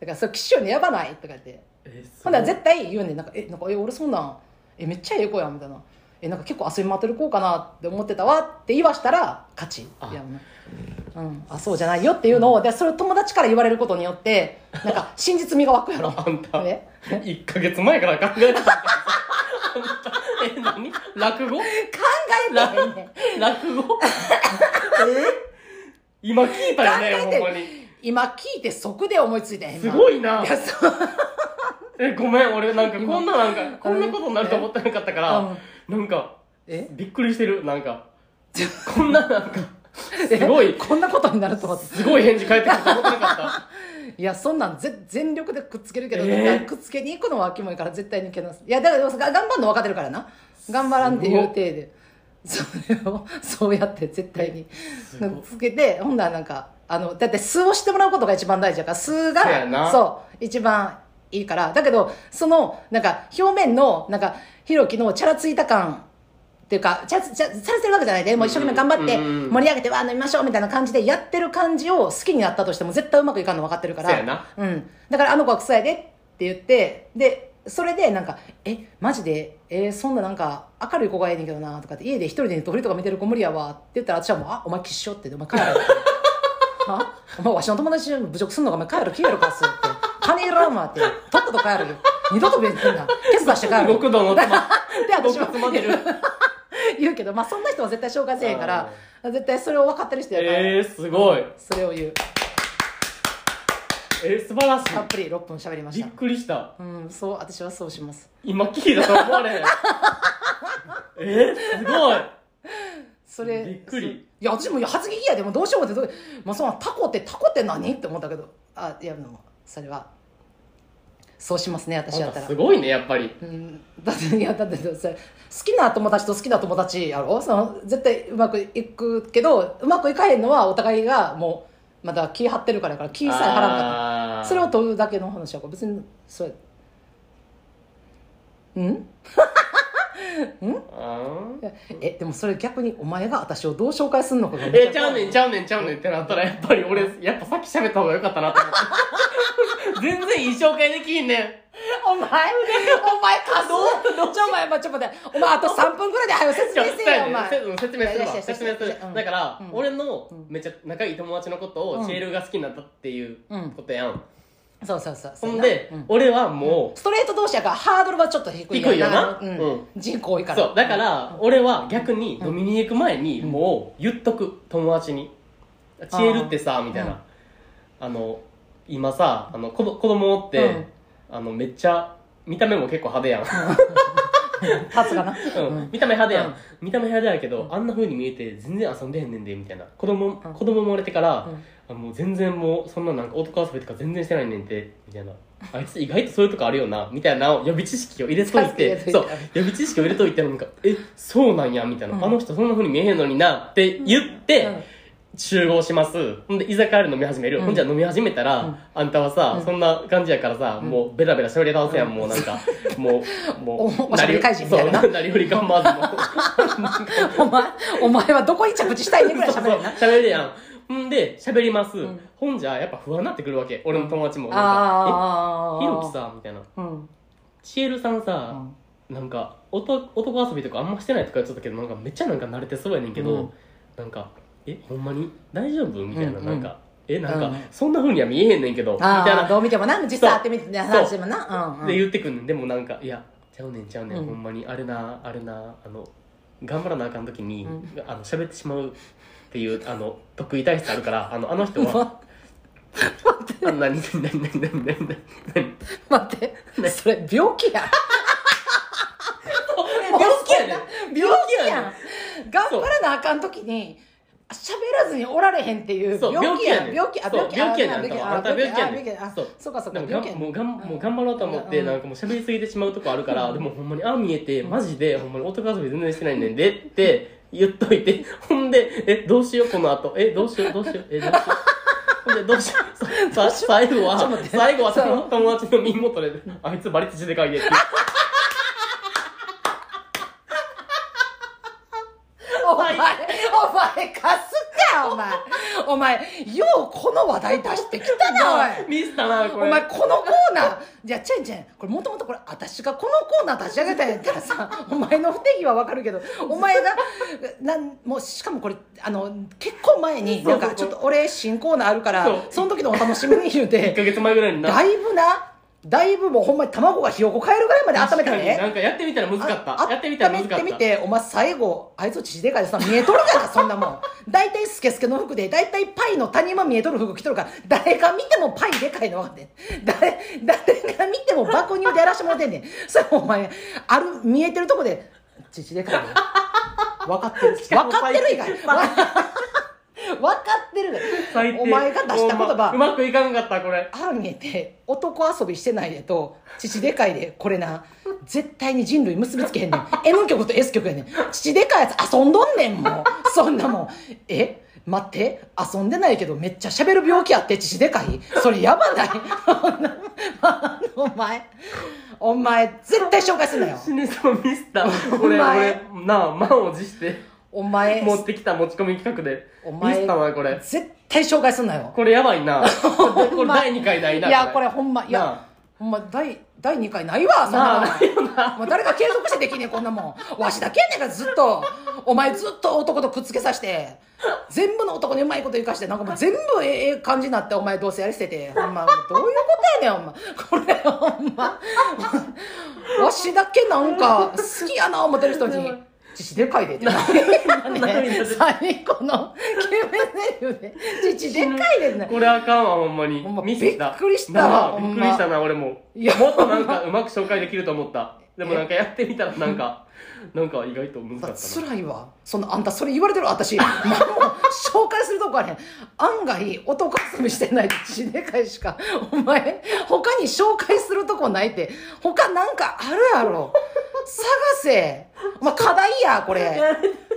Speaker 1: だからそうきっしょいのやばないとかって
Speaker 2: えーす
Speaker 1: ほんなら絶対言うねんなんかえなんかえ俺そんなんえめっちゃええ子やんみたいなえなんか結構遊び回ってる子かなって思ってたわって言わしたら勝ち
Speaker 2: あ
Speaker 1: いやうん、うんあそうじゃないよっていうのをでそれを友達から言われることによってなんか真実味が湧くやろ
Speaker 2: あんた
Speaker 1: ね
Speaker 2: 1ヶ月前から考えてたんだえ何落語
Speaker 1: 考えてへんねん
Speaker 2: 落語え今聞いたよ
Speaker 1: 考
Speaker 2: ね
Speaker 1: えてる
Speaker 2: ほんまに
Speaker 1: 今聞いて即で思いついたへん
Speaker 2: すご
Speaker 1: い
Speaker 2: いない
Speaker 1: やそう
Speaker 2: えごめん俺なんか
Speaker 1: 今
Speaker 2: こんななんかこんなことになると思ってなかったから、
Speaker 1: うん
Speaker 2: なんか
Speaker 1: え
Speaker 2: びっくりしてるなんかこんななんかすご い
Speaker 1: こんなことになると思って
Speaker 2: すごい返事返ってくると思ってなかっ
Speaker 1: いやそんなんぜ全力でくっつけるけど、
Speaker 2: えー
Speaker 1: くっつけに行くのはキモいから絶対にいけないいやだからが頑張るの分かってるからな頑張らんっていう体でそれをそうやって絶対に
Speaker 2: すご
Speaker 1: ないんかつけてほんならなんかあのだって素をしてもらうことが一番大事だから素
Speaker 2: そうや
Speaker 1: が
Speaker 2: な
Speaker 1: そう一番いいからだけどそのなんか表面のなんかひろきのチャラついた感っていうかチャラつチャラされてるわけじゃないでもう一生懸命頑張って
Speaker 2: うんうんうん
Speaker 1: 盛り上げてわー飲みましょうみたいな感じでやってる感じを好きになったとしても絶対うまくいかんの分かってるから
Speaker 2: そうやな
Speaker 1: うん、だからあの子は臭いでって言ってでそれでなんか「えマジで、えーそんななんか明るい子がええねんけどな」とかって家で一人でネットフリとか見てる子無理やわって言ったら私はもう「あお前きっしょ」って「お前帰 れ」あお前わしの友達に侮辱すんのかお前帰る消えろかっすって金いらんわってとっとと帰るよ二度と別にすんなケツ出して帰
Speaker 2: た
Speaker 1: るよ
Speaker 2: 極度のつま
Speaker 1: で 私は
Speaker 2: 極度つまんでる
Speaker 1: 言うけどまあそんな人は絶対紹介せえへんから絶対それを分かってる人やから、
Speaker 2: えー、すごい
Speaker 1: それを言う
Speaker 2: えー、素晴らした
Speaker 1: っぷり6分喋りま
Speaker 2: いび
Speaker 1: し
Speaker 2: ったくりした
Speaker 1: うんそう私はそうします
Speaker 2: 今聞いたと思われへん えー、すごい
Speaker 1: それ
Speaker 2: びっく
Speaker 1: そ
Speaker 2: り
Speaker 1: ういや私もいや初聞きやでもどうしようってどう、まあ、そんなタコってタコって何って思ったけどあいやでもそれはそうしますね私や
Speaker 2: あ
Speaker 1: っ
Speaker 2: ん
Speaker 1: たら
Speaker 2: たすごいねやっぱり
Speaker 1: うんだっていやだってそれ好きな友達と好きな友達やろその絶対うまくいくけどうまくいかへんのはお互いがもうまだ気張ってるからやから気さえ張らんかった
Speaker 2: あー
Speaker 1: それを取るだけの話やから別にそうやうん
Speaker 2: あー
Speaker 1: えでもそれ逆にお前が私をどう紹介するのかがめ
Speaker 2: え
Speaker 1: っ
Speaker 2: ち
Speaker 1: ゃ
Speaker 2: ゃう
Speaker 1: 怖い
Speaker 2: ねんちゃうねんちゃうねんってなったらやっぱり俺やっぱさっき喋った方がよかったなと思って 全然いい紹介できんねん
Speaker 1: お前、お前かすちょ、お前、まちょ、待って。お前、あと3分ぐらいで早よ説
Speaker 2: ちょ
Speaker 1: 明
Speaker 2: っと
Speaker 1: せえよ、お
Speaker 2: ね
Speaker 1: 前。
Speaker 2: せ説明する
Speaker 1: いやいや
Speaker 2: わ説明する
Speaker 1: うん
Speaker 2: だから
Speaker 1: うん
Speaker 2: 俺のめっちゃ仲いい友達のこと
Speaker 1: うん
Speaker 2: をシェールが好きになったっていうことやん
Speaker 1: そうそうそう。
Speaker 2: ほんで
Speaker 1: そうやなうん
Speaker 2: 俺はも
Speaker 1: ストレート同士やから、ハードルはちょっと低い
Speaker 2: 低いよな
Speaker 1: うん
Speaker 2: うん
Speaker 1: 人口多いか
Speaker 2: う
Speaker 1: ら。
Speaker 2: そうだから俺は逆に飲みに行く前にもう言っとく友達に「チエルってさ」みたいなあの今さあの子ど子供っ
Speaker 1: う
Speaker 2: て
Speaker 1: ん
Speaker 2: あのめっちゃ見た目も結構派手やん
Speaker 1: うん、パーツがな。
Speaker 2: うん、見た目派手やん、
Speaker 1: うん
Speaker 2: 見た目派手やけど、あんな風に見えて全然遊んでへんねんでみたいな子供,、子供生まれてから、あもう全然もうそんななんか男遊びとか全然してないねんてみたいなあいつ意外とそういうとこあるよなみたいな予備知識を入れといて
Speaker 1: 助けて
Speaker 2: そう予備知識を入れといてなんかえそうなんやみたいな、あの人そんな風に見えへんのになって言って、
Speaker 1: うん
Speaker 2: 集合しますほんで居酒屋で飲み始める、ほんじゃ飲み始めたら、あんたはさ、そんな感じやからさ、もうベラベラしゃべり倒せやん、もうなんかもうも
Speaker 1: お
Speaker 2: う
Speaker 1: おしゃべり怪人みたいな
Speaker 2: そうなりふり頑張るの
Speaker 1: お前、お前はどこに着地したいねぐらい
Speaker 2: そう
Speaker 1: 喋るな。
Speaker 2: そう喋るやんんで喋ります、ほんじゃやっぱ不安になってくるわけ俺の友達もなんか
Speaker 1: あ
Speaker 2: 「え
Speaker 1: あ。
Speaker 2: ひろき。さ」みたいな
Speaker 1: うん。
Speaker 2: 「ちえるさんさ、なんか男男遊びとかあんましてないとか言ってたけどなんかめっちゃなんか慣れてそうやねんけど、
Speaker 1: うん
Speaker 2: なんか「えほんまに大丈夫?」みたいな、
Speaker 1: うん
Speaker 2: なんか「えなんか、
Speaker 1: うん
Speaker 2: そんなふうには見えへんねんけど」みたい
Speaker 1: ああ、
Speaker 2: な
Speaker 1: どう見てもな、実際会ってみて、
Speaker 2: そう
Speaker 1: 話してもな。うん。
Speaker 2: で
Speaker 1: うん。
Speaker 2: 言ってくんねんでもなんか「いやちゃうねんちゃうねん、
Speaker 1: うん
Speaker 2: ほんまにあれなあれなあの頑張らなあかん時に、あの喋ってしまう」っていうあの得意体質あるからあのあの人は「あの何何何何何何何何
Speaker 1: 待って、それ、病気や。
Speaker 2: 病気やね
Speaker 1: 病
Speaker 2: ん
Speaker 1: 気やん頑張らなあかん時に喋らずにおられへんっていう
Speaker 2: そう
Speaker 1: 病気やん
Speaker 2: 病
Speaker 1: 病
Speaker 2: 気
Speaker 1: 気
Speaker 2: や
Speaker 1: あ
Speaker 2: ね
Speaker 1: 病
Speaker 2: ん
Speaker 1: 気あ
Speaker 2: そう病気やねんあんたは病気やね
Speaker 1: あ
Speaker 2: ん
Speaker 1: 病気あ
Speaker 2: そう
Speaker 1: そうかそうか
Speaker 2: なんかが
Speaker 1: 病
Speaker 2: ん
Speaker 1: 気やね
Speaker 2: もうがんもう
Speaker 1: うん
Speaker 2: 頑張ろうと思って、
Speaker 1: うん
Speaker 2: なんかもう喋りすぎてしまうとこあるから、でもほんまにああ見えてマジでほんまに男遊び全然してないねんでって言っといてほんで「えどうしようこの後えどうしようどうしようえどうしよう」ほんでどう しようささ最後
Speaker 1: ちょっと待
Speaker 2: は
Speaker 1: って
Speaker 2: 最後は
Speaker 1: そう
Speaker 2: その友達の耳元で「あいつバリッチでかいで」って
Speaker 1: お前お前貸すかお前お前ようこの話題出してきたなおい
Speaker 2: ミスったなこ
Speaker 1: お
Speaker 2: れ
Speaker 1: 前このコーナーじゃあちゃんちゃんこれもともとこれ私がこのコーナー立ち上げたんやったらさお 前の不手際はわかるけどお前がなんもうしかもこれあの結構前になんかちょっと俺新コーナーあるから
Speaker 2: そう
Speaker 1: その時のお楽しみに言う
Speaker 2: 1ヶ
Speaker 1: て
Speaker 2: 月前ぐ らいにな
Speaker 1: だいぶなだいぶもうほんまに卵がひよこ変えるぐらいまで温めた
Speaker 2: 確かにな
Speaker 1: ね
Speaker 2: んかやってみたら難かっ
Speaker 1: あ
Speaker 2: たやってみたら難かっ
Speaker 1: 温めてみ
Speaker 2: た
Speaker 1: てお前最後あいつ血でかいでさ見えとるからそんなもん 大体スケスケの服で大体パイの谷間見えとる服着とるから誰が見てもパイでかいの分かってん誰 誰が見ても爆乳でやらしてもらってんねんそれお前ある見えてるとこで父 でかいよ分かってる
Speaker 2: かも
Speaker 1: 分かってる以 外分
Speaker 2: 最
Speaker 1: かってる
Speaker 2: 最低
Speaker 1: お前が出した言
Speaker 2: ほ
Speaker 1: 葉
Speaker 2: んまうまくいかんかったこれ
Speaker 1: ああ見えて男遊びしてないでと父でかいでこれな絶対に人類結びつけへんねん M 曲と S 曲やねん父でかいやつ遊んどんねんもうそんなもんえ待って遊んでないけどめっちゃ喋る病気あって父でかいそれやばないほんなあのお前お前絶対紹介すんなよ
Speaker 2: 死にそうミスった
Speaker 1: お前
Speaker 2: 俺俺なあ満を持して
Speaker 1: お前
Speaker 2: 持ってきた持ち込み企画で
Speaker 1: お前
Speaker 2: ミスったわこれ
Speaker 1: 絶対紹介すんなよ
Speaker 2: これやばい なこれ第2回ない
Speaker 1: い
Speaker 2: な
Speaker 1: やこれほんまい
Speaker 2: なあ
Speaker 1: やほんま第第2回ないわそんな
Speaker 2: なあないよ な
Speaker 1: もう誰が継続してできんねんこんなもんわしだけやねんからずっとお前ずっと男とくっつけさせて全部の男にうまいこと言かしてなんかもう全部ええええ感じになってお前どうせやり捨ててほんまどういうことやねんほんまこれほんまわしだけなんか好きやな思ってる人に「父でかいで」って 何やねん最後の決め台詞で「父でかいで」ってな
Speaker 2: これあかんわほんまに
Speaker 1: ほんま
Speaker 2: ミスった
Speaker 1: びっくりしたわ
Speaker 2: なあ
Speaker 1: ほん
Speaker 2: び
Speaker 1: ま
Speaker 2: っくりしたな俺も
Speaker 1: いや
Speaker 2: もっとなんかうまく紹介できると思ったでもなんかやってみたらなんかなんか意外と難しかったな
Speaker 1: 辛いわそのあんたそれ言われてる 私何も紹介するとこあれへん案外男遊びしてないしでかいしかお前他に紹介するとこないって他なんかあるやろ探せまあ課題やこれ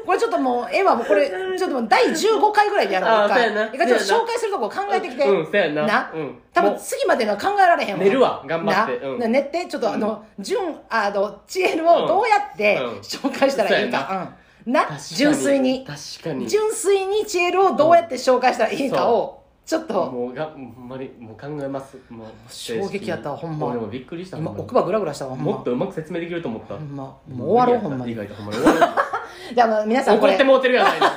Speaker 1: これちょっともうええわもうこれちょっともう第15回ぐらいでやろう
Speaker 2: あ
Speaker 1: 一
Speaker 2: そうや
Speaker 1: 回
Speaker 2: な
Speaker 1: 一回ちょっと
Speaker 2: そうや
Speaker 1: 紹介するとこ考えてきて
Speaker 2: うんせやなうん
Speaker 1: 多分
Speaker 2: もう
Speaker 1: 次までのは考えられへんわ
Speaker 2: 寝るわ頑張って
Speaker 1: な
Speaker 2: うん
Speaker 1: な寝てちょっとあの順あの知恵をどうやって
Speaker 2: うん
Speaker 1: 紹介したらいい
Speaker 2: そう
Speaker 1: かうんな
Speaker 2: 確かに
Speaker 1: 純粋に
Speaker 2: 確かに
Speaker 1: 純粋にチエルをどうやって紹介したらいいかをちょっと
Speaker 2: もうがほんまにもう考えますもう
Speaker 1: 衝撃やったわほんま
Speaker 2: 俺もびっくりした
Speaker 1: 今
Speaker 2: ほんまに
Speaker 1: 奥歯グラグラしたわほんま
Speaker 2: もっとうまく説明できると思った
Speaker 1: ほんまもう終わろうほんま
Speaker 2: 意
Speaker 1: に
Speaker 2: 外とほんまに終わろ
Speaker 1: であの皆さ
Speaker 2: うん
Speaker 1: こ
Speaker 2: 怒っ
Speaker 1: れ
Speaker 2: てもうてるや ないの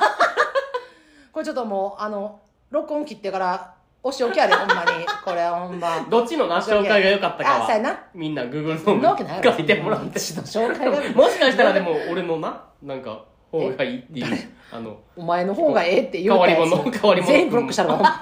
Speaker 1: これちょっともうあの録音切ってからお仕置きやでほんまにこれほん ま
Speaker 2: どっちのな紹介が良かったか
Speaker 1: あそうや
Speaker 2: は
Speaker 1: な
Speaker 2: みんな Google フ
Speaker 1: そんな
Speaker 2: ォ
Speaker 1: わけないや
Speaker 2: ー
Speaker 1: ろ
Speaker 2: ム書いてもらって
Speaker 1: 私の紹介が
Speaker 2: もしかしたらでも俺のななんか方がいいっていうあの
Speaker 1: お前の方がええって言うたやつ
Speaker 2: 変わり者変わり者
Speaker 1: 全員ブロックしたのほんま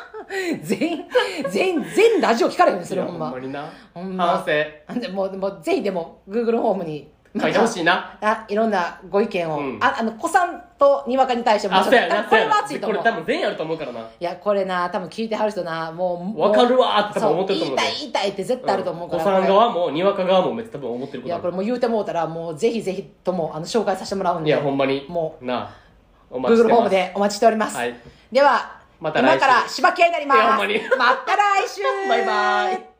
Speaker 1: 全員全員全員ラジオ聞かれへんねんそれ
Speaker 2: いや
Speaker 1: ほんま
Speaker 2: にな
Speaker 1: ほんま
Speaker 2: 反省
Speaker 1: なんでもうもうぜひでも Google ホームに
Speaker 2: 書いてほしいな
Speaker 1: あいろんなご意見を、
Speaker 2: うん
Speaker 1: ああの子さんとにわかに対しても
Speaker 2: あそうやな
Speaker 1: これは熱
Speaker 2: そう
Speaker 1: い
Speaker 2: や
Speaker 1: と思う
Speaker 2: なこれ多分全員あると思うからない
Speaker 1: やこれな多分聞いてはる人なもう
Speaker 2: わかるわーって多分
Speaker 1: そ
Speaker 2: 思
Speaker 1: う
Speaker 2: ってると
Speaker 1: 言
Speaker 2: 思
Speaker 1: いう
Speaker 2: で
Speaker 1: たい言いたいって絶対あると思うか
Speaker 2: お
Speaker 1: ら、
Speaker 2: 子さ
Speaker 1: こ
Speaker 2: ん
Speaker 1: れ
Speaker 2: 側もにわか側もめっちゃ多分思ってる
Speaker 1: い
Speaker 2: こと
Speaker 1: や
Speaker 2: ある
Speaker 1: これもう言うてもうたらもうぜひぜひともあの紹介させてもらうん
Speaker 2: い
Speaker 1: で
Speaker 2: やほんまに
Speaker 1: も
Speaker 2: なあお待ちし
Speaker 1: Google ホ
Speaker 2: て
Speaker 1: ー
Speaker 2: ま
Speaker 1: ム
Speaker 2: す
Speaker 1: でお待ちしております、
Speaker 2: はい
Speaker 1: では
Speaker 2: また来週
Speaker 1: 今からしばき合いになります
Speaker 2: いやほんまに
Speaker 1: また来週
Speaker 2: バイバイ